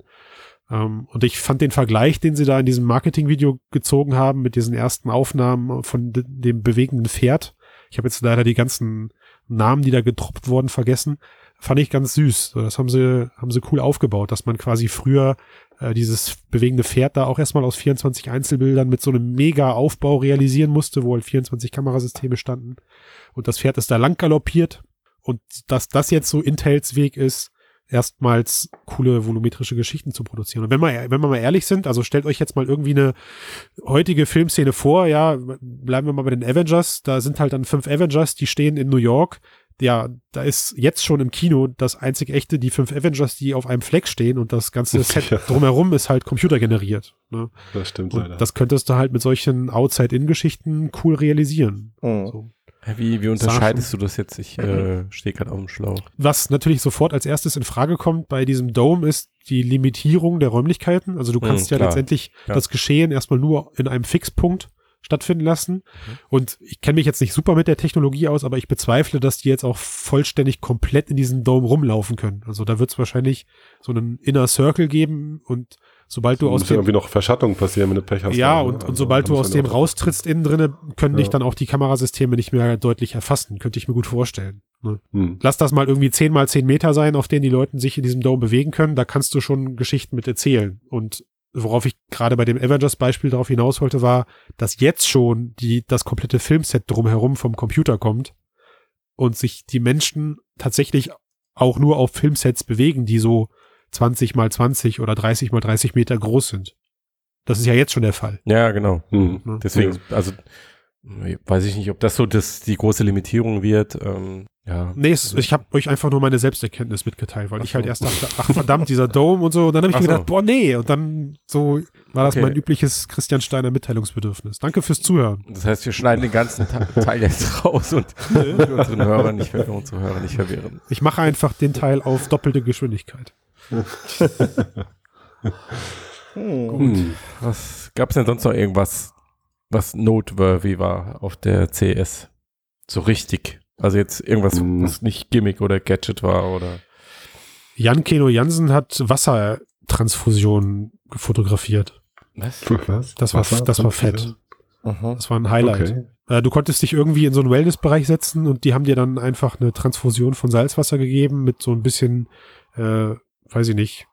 Speaker 1: Ähm, und ich fand den Vergleich, den sie da in diesem Marketing-Video gezogen haben, mit diesen ersten Aufnahmen von de- dem bewegenden Pferd. Ich habe jetzt leider die ganzen Namen, die da getroppt wurden, vergessen. Fand ich ganz süß. So, das haben sie, haben sie cool aufgebaut, dass man quasi früher äh, dieses bewegende Pferd da auch erstmal aus 24 Einzelbildern mit so einem mega Aufbau realisieren musste, wo halt 24 Kamerasysteme standen. Und das Pferd ist da lang galoppiert. Und dass das jetzt so Intels Weg ist, erstmals coole volumetrische Geschichten zu produzieren. Und wenn wir, wenn wir mal ehrlich sind, also stellt euch jetzt mal irgendwie eine heutige Filmszene vor, ja, bleiben wir mal bei den Avengers, da sind halt dann fünf Avengers, die stehen in New York. Ja, da ist jetzt schon im Kino das einzig echte, die fünf Avengers, die auf einem Fleck stehen und das ganze Set
Speaker 4: Ja.
Speaker 1: drumherum ist halt computergeneriert. Ne?
Speaker 4: Das stimmt leider.
Speaker 1: Und das könntest du halt mit solchen Outside-In-Geschichten cool realisieren.
Speaker 3: Mhm.
Speaker 1: So.
Speaker 2: Wie, wie unterscheidest du das jetzt? Ich äh, stehe gerade auf dem Schlauch.
Speaker 1: Was natürlich sofort als erstes in Frage kommt bei diesem Dome ist die Limitierung der Räumlichkeiten. Also du
Speaker 2: Mhm,
Speaker 1: kannst ja
Speaker 2: klar.
Speaker 1: letztendlich
Speaker 2: Ja.
Speaker 1: das Geschehen erstmal nur in einem Fixpunkt stattfinden lassen.
Speaker 2: Mhm.
Speaker 1: Und ich kenne mich jetzt nicht super mit der Technologie aus, aber ich bezweifle, dass die jetzt auch vollständig komplett in diesem Dome rumlaufen können. Also da wird es wahrscheinlich so einen Inner Circle geben und sobald du
Speaker 4: muss
Speaker 1: aus
Speaker 4: ja
Speaker 1: dem
Speaker 4: irgendwie noch Verschattung passieren, wenn du Pech hast.
Speaker 1: ja,
Speaker 4: Also,
Speaker 1: und,
Speaker 4: also,
Speaker 1: und sobald du
Speaker 4: haben
Speaker 1: aus
Speaker 4: sie ja
Speaker 1: dem
Speaker 4: noch-
Speaker 1: raustrittst innen drinne, können dich
Speaker 4: Ja.
Speaker 1: dann auch die Kamerasysteme nicht mehr deutlich erfassen. Könnte ich mir gut vorstellen. Ne?
Speaker 4: Hm.
Speaker 1: lass das mal irgendwie 10 mal 10 Meter sein, auf denen die Leute sich in diesem Dome bewegen können, da kannst du schon Geschichten mit erzählen. Und worauf ich gerade bei dem Avengers-Beispiel darauf hinaus wollte, war, dass jetzt schon die, das komplette Filmset drumherum vom Computer kommt und sich die Menschen tatsächlich auch nur auf Filmsets bewegen, die so 20 mal 20 oder 30 mal 30 Meter groß sind. Das ist ja jetzt schon der Fall.
Speaker 2: Ja, genau.
Speaker 4: Hm.
Speaker 1: Ne?
Speaker 2: Deswegen, also weiß ich nicht, ob das so das, die große Limitierung wird. Ähm, ja.
Speaker 1: Nee, es, ich habe euch einfach nur meine Selbsterkenntnis mitgeteilt, weil
Speaker 2: Ach
Speaker 1: ich halt
Speaker 2: so.
Speaker 1: erst dachte, ach verdammt, dieser Dome und so. Und dann habe ich
Speaker 2: Ach
Speaker 1: mir
Speaker 2: so.
Speaker 1: gedacht, boah, nee. Und dann so, War das
Speaker 2: Okay.
Speaker 1: mein übliches Christian Steiner Mitteilungsbedürfnis. Danke fürs Zuhören.
Speaker 2: Das heißt, wir schneiden den ganzen Ta- Teil jetzt raus und für unseren Hörern nicht verwirren, unsere Hörer nicht verwirren.
Speaker 1: Ich mache einfach den Teil auf doppelte Geschwindigkeit. Hm.
Speaker 2: Gut. Was gab es denn sonst noch irgendwas, was noteworthy war auf der CS? So richtig. Also jetzt irgendwas,
Speaker 4: Hm.
Speaker 2: was nicht Gimmick oder Gadget war oder.
Speaker 1: Jan Keno Jansen hat Wassertransfusionen fotografiert.
Speaker 2: Was?
Speaker 4: Was?
Speaker 1: Das war-
Speaker 4: Wasser-
Speaker 1: das war fett.
Speaker 3: Mhm.
Speaker 1: Das war ein Highlight.
Speaker 4: Okay.
Speaker 1: Äh, Du konntest dich irgendwie in so einen Wellnessbereich setzen und die haben dir dann einfach eine Transfusion von Salzwasser gegeben mit so ein bisschen, äh, weiß ich nicht.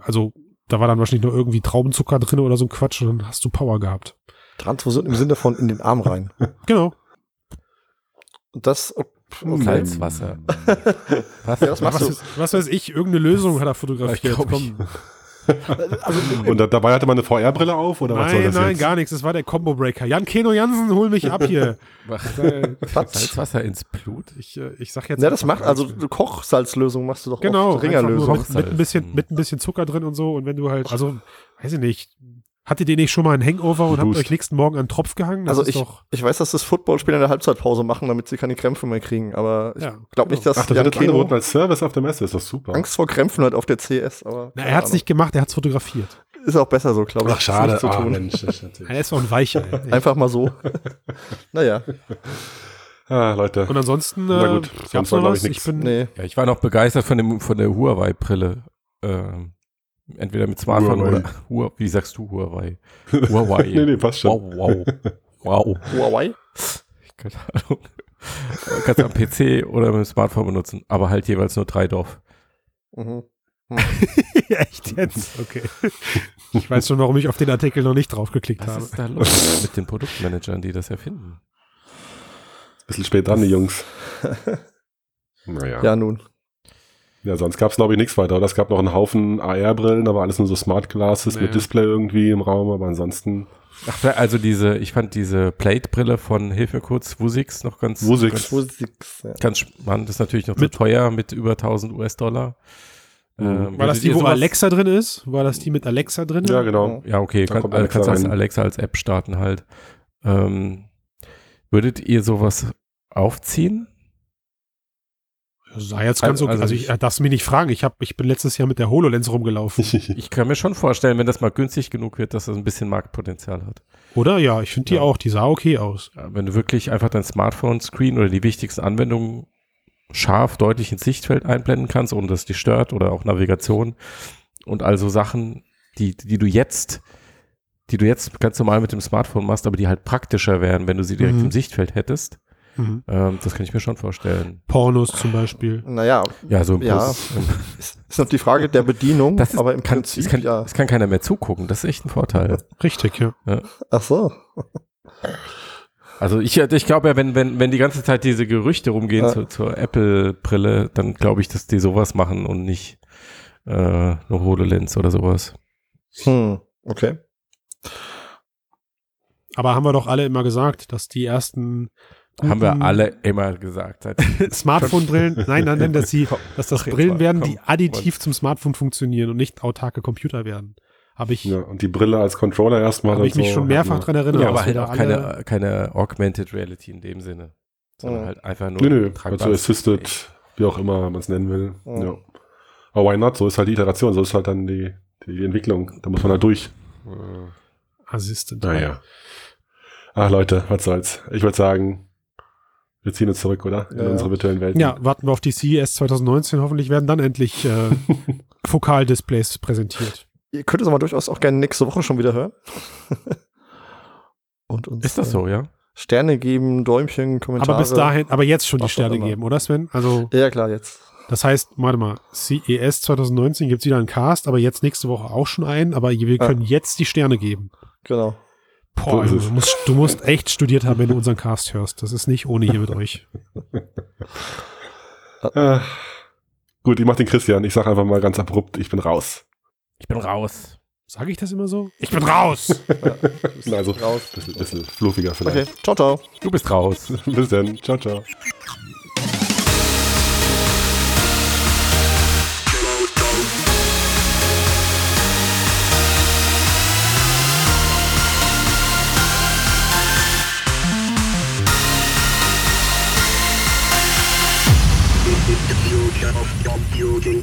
Speaker 1: Also da war dann wahrscheinlich noch irgendwie Traubenzucker drin oder so ein Quatsch und dann hast du Power gehabt.
Speaker 3: Transfusion im Sinne von in den Arm rein.
Speaker 1: Genau.
Speaker 3: Und das, okay.
Speaker 2: Hm,
Speaker 4: Hm.
Speaker 2: Salzwasser. Was?
Speaker 3: Ja, das machst du.
Speaker 1: Was, was weiß ich, irgendeine Lösung hat er
Speaker 2: Ja,
Speaker 1: fotografiert.
Speaker 2: glaub ich.
Speaker 1: Komm.
Speaker 3: also,
Speaker 4: Und da, dabei hatte man eine VR-Brille auf oder was soll
Speaker 1: Nein,
Speaker 4: das
Speaker 1: nein,
Speaker 4: jetzt?
Speaker 1: gar nichts. Das war der Combo Breaker. Jan Keno Jansen, hol mich ab hier.
Speaker 2: Was?
Speaker 3: Was?
Speaker 2: Salzwasser ins Blut?
Speaker 1: Ich, äh, ich sag jetzt.
Speaker 3: Ja, das
Speaker 1: einfach
Speaker 3: macht,
Speaker 1: ganz
Speaker 3: also
Speaker 1: schnell.
Speaker 3: Kochsalzlösung machst du doch
Speaker 1: Genau,
Speaker 3: oft.
Speaker 1: einfach nur
Speaker 3: Ringerlösung.
Speaker 1: mit, mit, ein bisschen, mit ein bisschen Zucker drin und so. Und wenn du halt, also, weiß ich nicht, hattet ihr nicht schon mal einen Hangover und habt
Speaker 4: Boost.
Speaker 1: euch nächsten Morgen an den Tropf gehangen? Das
Speaker 3: Also
Speaker 1: ist
Speaker 3: ich,
Speaker 1: doch,
Speaker 3: ich weiß, dass das Footballspieler in der Halbzeitpause machen, damit sie keine Krämpfe mehr kriegen, aber ich
Speaker 1: ja.
Speaker 3: glaube nicht, dass
Speaker 4: Ach, das
Speaker 3: Jan
Speaker 4: wird jetzt angeboten
Speaker 3: Keno
Speaker 4: als Service auf der Messe, ist doch super.
Speaker 3: Angst vor Krämpfen hat auf der CS, aber
Speaker 1: Na,
Speaker 3: keine
Speaker 1: er hat's
Speaker 3: Ahnung.
Speaker 1: nicht gemacht, er hat's fotografiert.
Speaker 3: ist auch besser so, glaube ich.
Speaker 4: Ach, schade.
Speaker 3: Ist nichts
Speaker 4: Ah,
Speaker 3: zu tun.
Speaker 4: Mensch, das ist natürlich-
Speaker 1: Er ist auch ein Weicher. ey.
Speaker 3: Einfach mal so. naja,
Speaker 4: ah, Leute.
Speaker 1: Und ansonsten,
Speaker 4: Na
Speaker 1: äh,
Speaker 4: gut, sonst
Speaker 1: gab's
Speaker 4: war,
Speaker 1: noch
Speaker 4: glaub
Speaker 1: was?
Speaker 4: ich,
Speaker 1: Ich,
Speaker 4: nix.
Speaker 1: bin,
Speaker 3: nee.
Speaker 2: Ja, ich war noch begeistert von, dem, von der Huawei-Brille. Ähm, entweder mit Smartphone
Speaker 4: Huawei.
Speaker 2: oder. Hua, wie sagst du Huawei? Huawei.
Speaker 4: Nee, nee, passt schon.
Speaker 2: Wow, wow. Wow.
Speaker 3: Huawei?
Speaker 2: Keine Ahnung. Kannst du am PC oder mit dem Smartphone benutzen, aber halt jeweils nur drei Dorf.
Speaker 3: Mhm.
Speaker 1: echt jetzt? Okay. Ich weiß schon, warum ich auf den Artikel noch nicht draufgeklickt
Speaker 2: Was
Speaker 1: habe.
Speaker 2: ist da los mit den Produktmanagern, die das erfinden?
Speaker 4: Bisschen spät dran, die Jungs. Naja. Ja,
Speaker 3: Ja, nun.
Speaker 4: sonst gab es, glaube ich, nichts weiter. Oder es gab noch einen Haufen AR-Brillen, aber alles nur so Smart Glasses
Speaker 1: Naja.
Speaker 4: mit Display irgendwie im Raum, aber ansonsten.
Speaker 2: Ach, also diese, ich fand diese Plate-Brille von, hilf mir kurz, Wusix noch ganz,
Speaker 4: Wusix.
Speaker 2: ganz,
Speaker 3: Musik, ja.
Speaker 2: ganz spannend. Das ist natürlich noch
Speaker 1: Mit-
Speaker 2: zu teuer mit über 1000 US-Dollar.
Speaker 4: Mhm.
Speaker 2: Ähm,
Speaker 1: War das
Speaker 2: würdet ihr
Speaker 1: die, wo
Speaker 2: sowas-
Speaker 1: Alexa drin ist? War das die mit Alexa drin?
Speaker 4: Ja, genau.
Speaker 2: Ja, okay,
Speaker 4: Da
Speaker 2: kann,
Speaker 4: kommt
Speaker 2: äh,
Speaker 4: Alexa
Speaker 2: kannst du als
Speaker 4: rein.
Speaker 2: Alexa als App starten halt. Ähm, würdet ihr sowas aufziehen?
Speaker 1: Das sah jetzt ganz
Speaker 2: Also-
Speaker 1: okay. Also
Speaker 2: also
Speaker 1: ich
Speaker 2: ich-
Speaker 1: äh, darfst mich nicht fragen. Ich, hab, ich bin letztes Jahr mit der HoloLens rumgelaufen.
Speaker 2: Ich kann mir schon vorstellen, wenn das mal günstig genug wird, dass das ein bisschen Marktpotenzial hat.
Speaker 1: Oder? Ja, ich finde die
Speaker 2: Ja.
Speaker 1: auch. Die sah okay aus.
Speaker 2: Ja, Wenn du wirklich einfach dein Smartphone-Screen oder die wichtigsten Anwendungen scharf, deutlich ins Sichtfeld einblenden kannst, ohne dass es dich stört oder auch Navigation und also Sachen, die, die du jetzt, die du jetzt ganz normal mit dem Smartphone machst, aber die halt praktischer wären, wenn du sie direkt
Speaker 1: Mhm.
Speaker 2: im Sichtfeld hättest.
Speaker 1: Mhm.
Speaker 2: Ähm, das kann ich mir schon vorstellen.
Speaker 1: Pornos zum Beispiel.
Speaker 3: Naja,
Speaker 2: Ja, so ein
Speaker 3: Ja.
Speaker 2: Bus.
Speaker 3: ist, ist noch die Frage der Bedienung,
Speaker 2: Das ist,
Speaker 3: aber im
Speaker 2: kann,
Speaker 3: Prinzip
Speaker 2: es kann,
Speaker 3: ja.
Speaker 2: es kann keiner mehr zugucken. Das ist echt ein Vorteil.
Speaker 1: Richtig, ja.
Speaker 3: Ach so.
Speaker 2: Also ich, ich glaube ja, wenn, wenn, wenn die ganze Zeit diese Gerüchte rumgehen
Speaker 3: Ja.
Speaker 2: zu, zur Apple-Brille, dann glaube ich, dass die sowas machen und nicht äh, eine HoloLens oder sowas.
Speaker 3: Hm. Okay.
Speaker 1: Aber haben wir doch alle immer gesagt, dass die ersten guten
Speaker 2: Haben wir alle immer gesagt. Seit-
Speaker 1: Smartphone-Brillen, nein, nein, nein, dass, sie, dass das
Speaker 2: Ach, jetzt
Speaker 1: Brillen
Speaker 2: mal,
Speaker 1: werden,
Speaker 2: komm,
Speaker 1: die additiv zum Smartphone funktionieren und nicht autarke Computer werden. Habe ich,
Speaker 4: Ja, und die Brille als Controller erstmal.
Speaker 2: also
Speaker 1: hab
Speaker 4: dann
Speaker 1: ich mich
Speaker 4: so.
Speaker 1: schon mehrfach dran erinnert.
Speaker 2: Ja,
Speaker 1: dass
Speaker 2: aber halt
Speaker 1: wir
Speaker 2: auch
Speaker 1: da Genau. alle-
Speaker 2: keine, keine Augmented Reality in dem Sinne. Sondern
Speaker 3: Ja.
Speaker 2: halt einfach nur
Speaker 4: Nö, nö.
Speaker 2: tragbares
Speaker 4: Also
Speaker 2: Gerät.
Speaker 4: Assisted, wie auch immer man es nennen will.
Speaker 3: Ja.
Speaker 4: Ja. Aber why not? So ist halt die Iteration, so ist halt dann die, die Entwicklung. Da muss man halt durch.
Speaker 2: Äh,
Speaker 1: Assistant.
Speaker 4: Naja. Ach Leute, was soll's. Ich würde sagen, wir ziehen uns zurück, oder? In
Speaker 3: Ja.
Speaker 4: unsere virtuellen Welten.
Speaker 1: Ja, warten wir auf die CES 2019. Hoffentlich werden dann endlich äh, Fokaldisplays präsentiert.
Speaker 3: Ihr könnt es aber durchaus auch gerne nächste Woche schon wieder hören. Und uns
Speaker 2: Ist das
Speaker 3: äh,
Speaker 2: so, ja?
Speaker 3: Sterne geben, Däumchen, Kommentare.
Speaker 1: Aber bis dahin, aber jetzt schon die
Speaker 3: Was auch
Speaker 1: Sterne
Speaker 3: immer.
Speaker 1: geben, oder Sven? Also,
Speaker 3: Ja, klar, jetzt.
Speaker 1: das heißt, warte mal, CES 2019 gibt's wieder einen Cast, aber jetzt nächste Woche auch schon einen, aber wir können jetzt die Sterne geben.
Speaker 3: Genau.
Speaker 1: Boah,
Speaker 4: So ist
Speaker 1: Alter, du, musst, du musst echt studiert haben, wenn du unseren Cast hörst. Das ist nicht ohne hier mit euch.
Speaker 4: Ah. Gut, ich mach den Christian. Ich sag einfach mal ganz abrupt, ich bin raus.
Speaker 2: Ich bin raus.
Speaker 1: Sage ich das immer so? Ich bin raus!
Speaker 4: Na, also,
Speaker 3: Raus.
Speaker 4: bisschen, bisschen fluffiger
Speaker 3: Okay,
Speaker 4: vielleicht.
Speaker 3: ciao, ciao.
Speaker 2: Du bist raus.
Speaker 4: Bis dann. Ciao, ciao.
Speaker 5: Computing.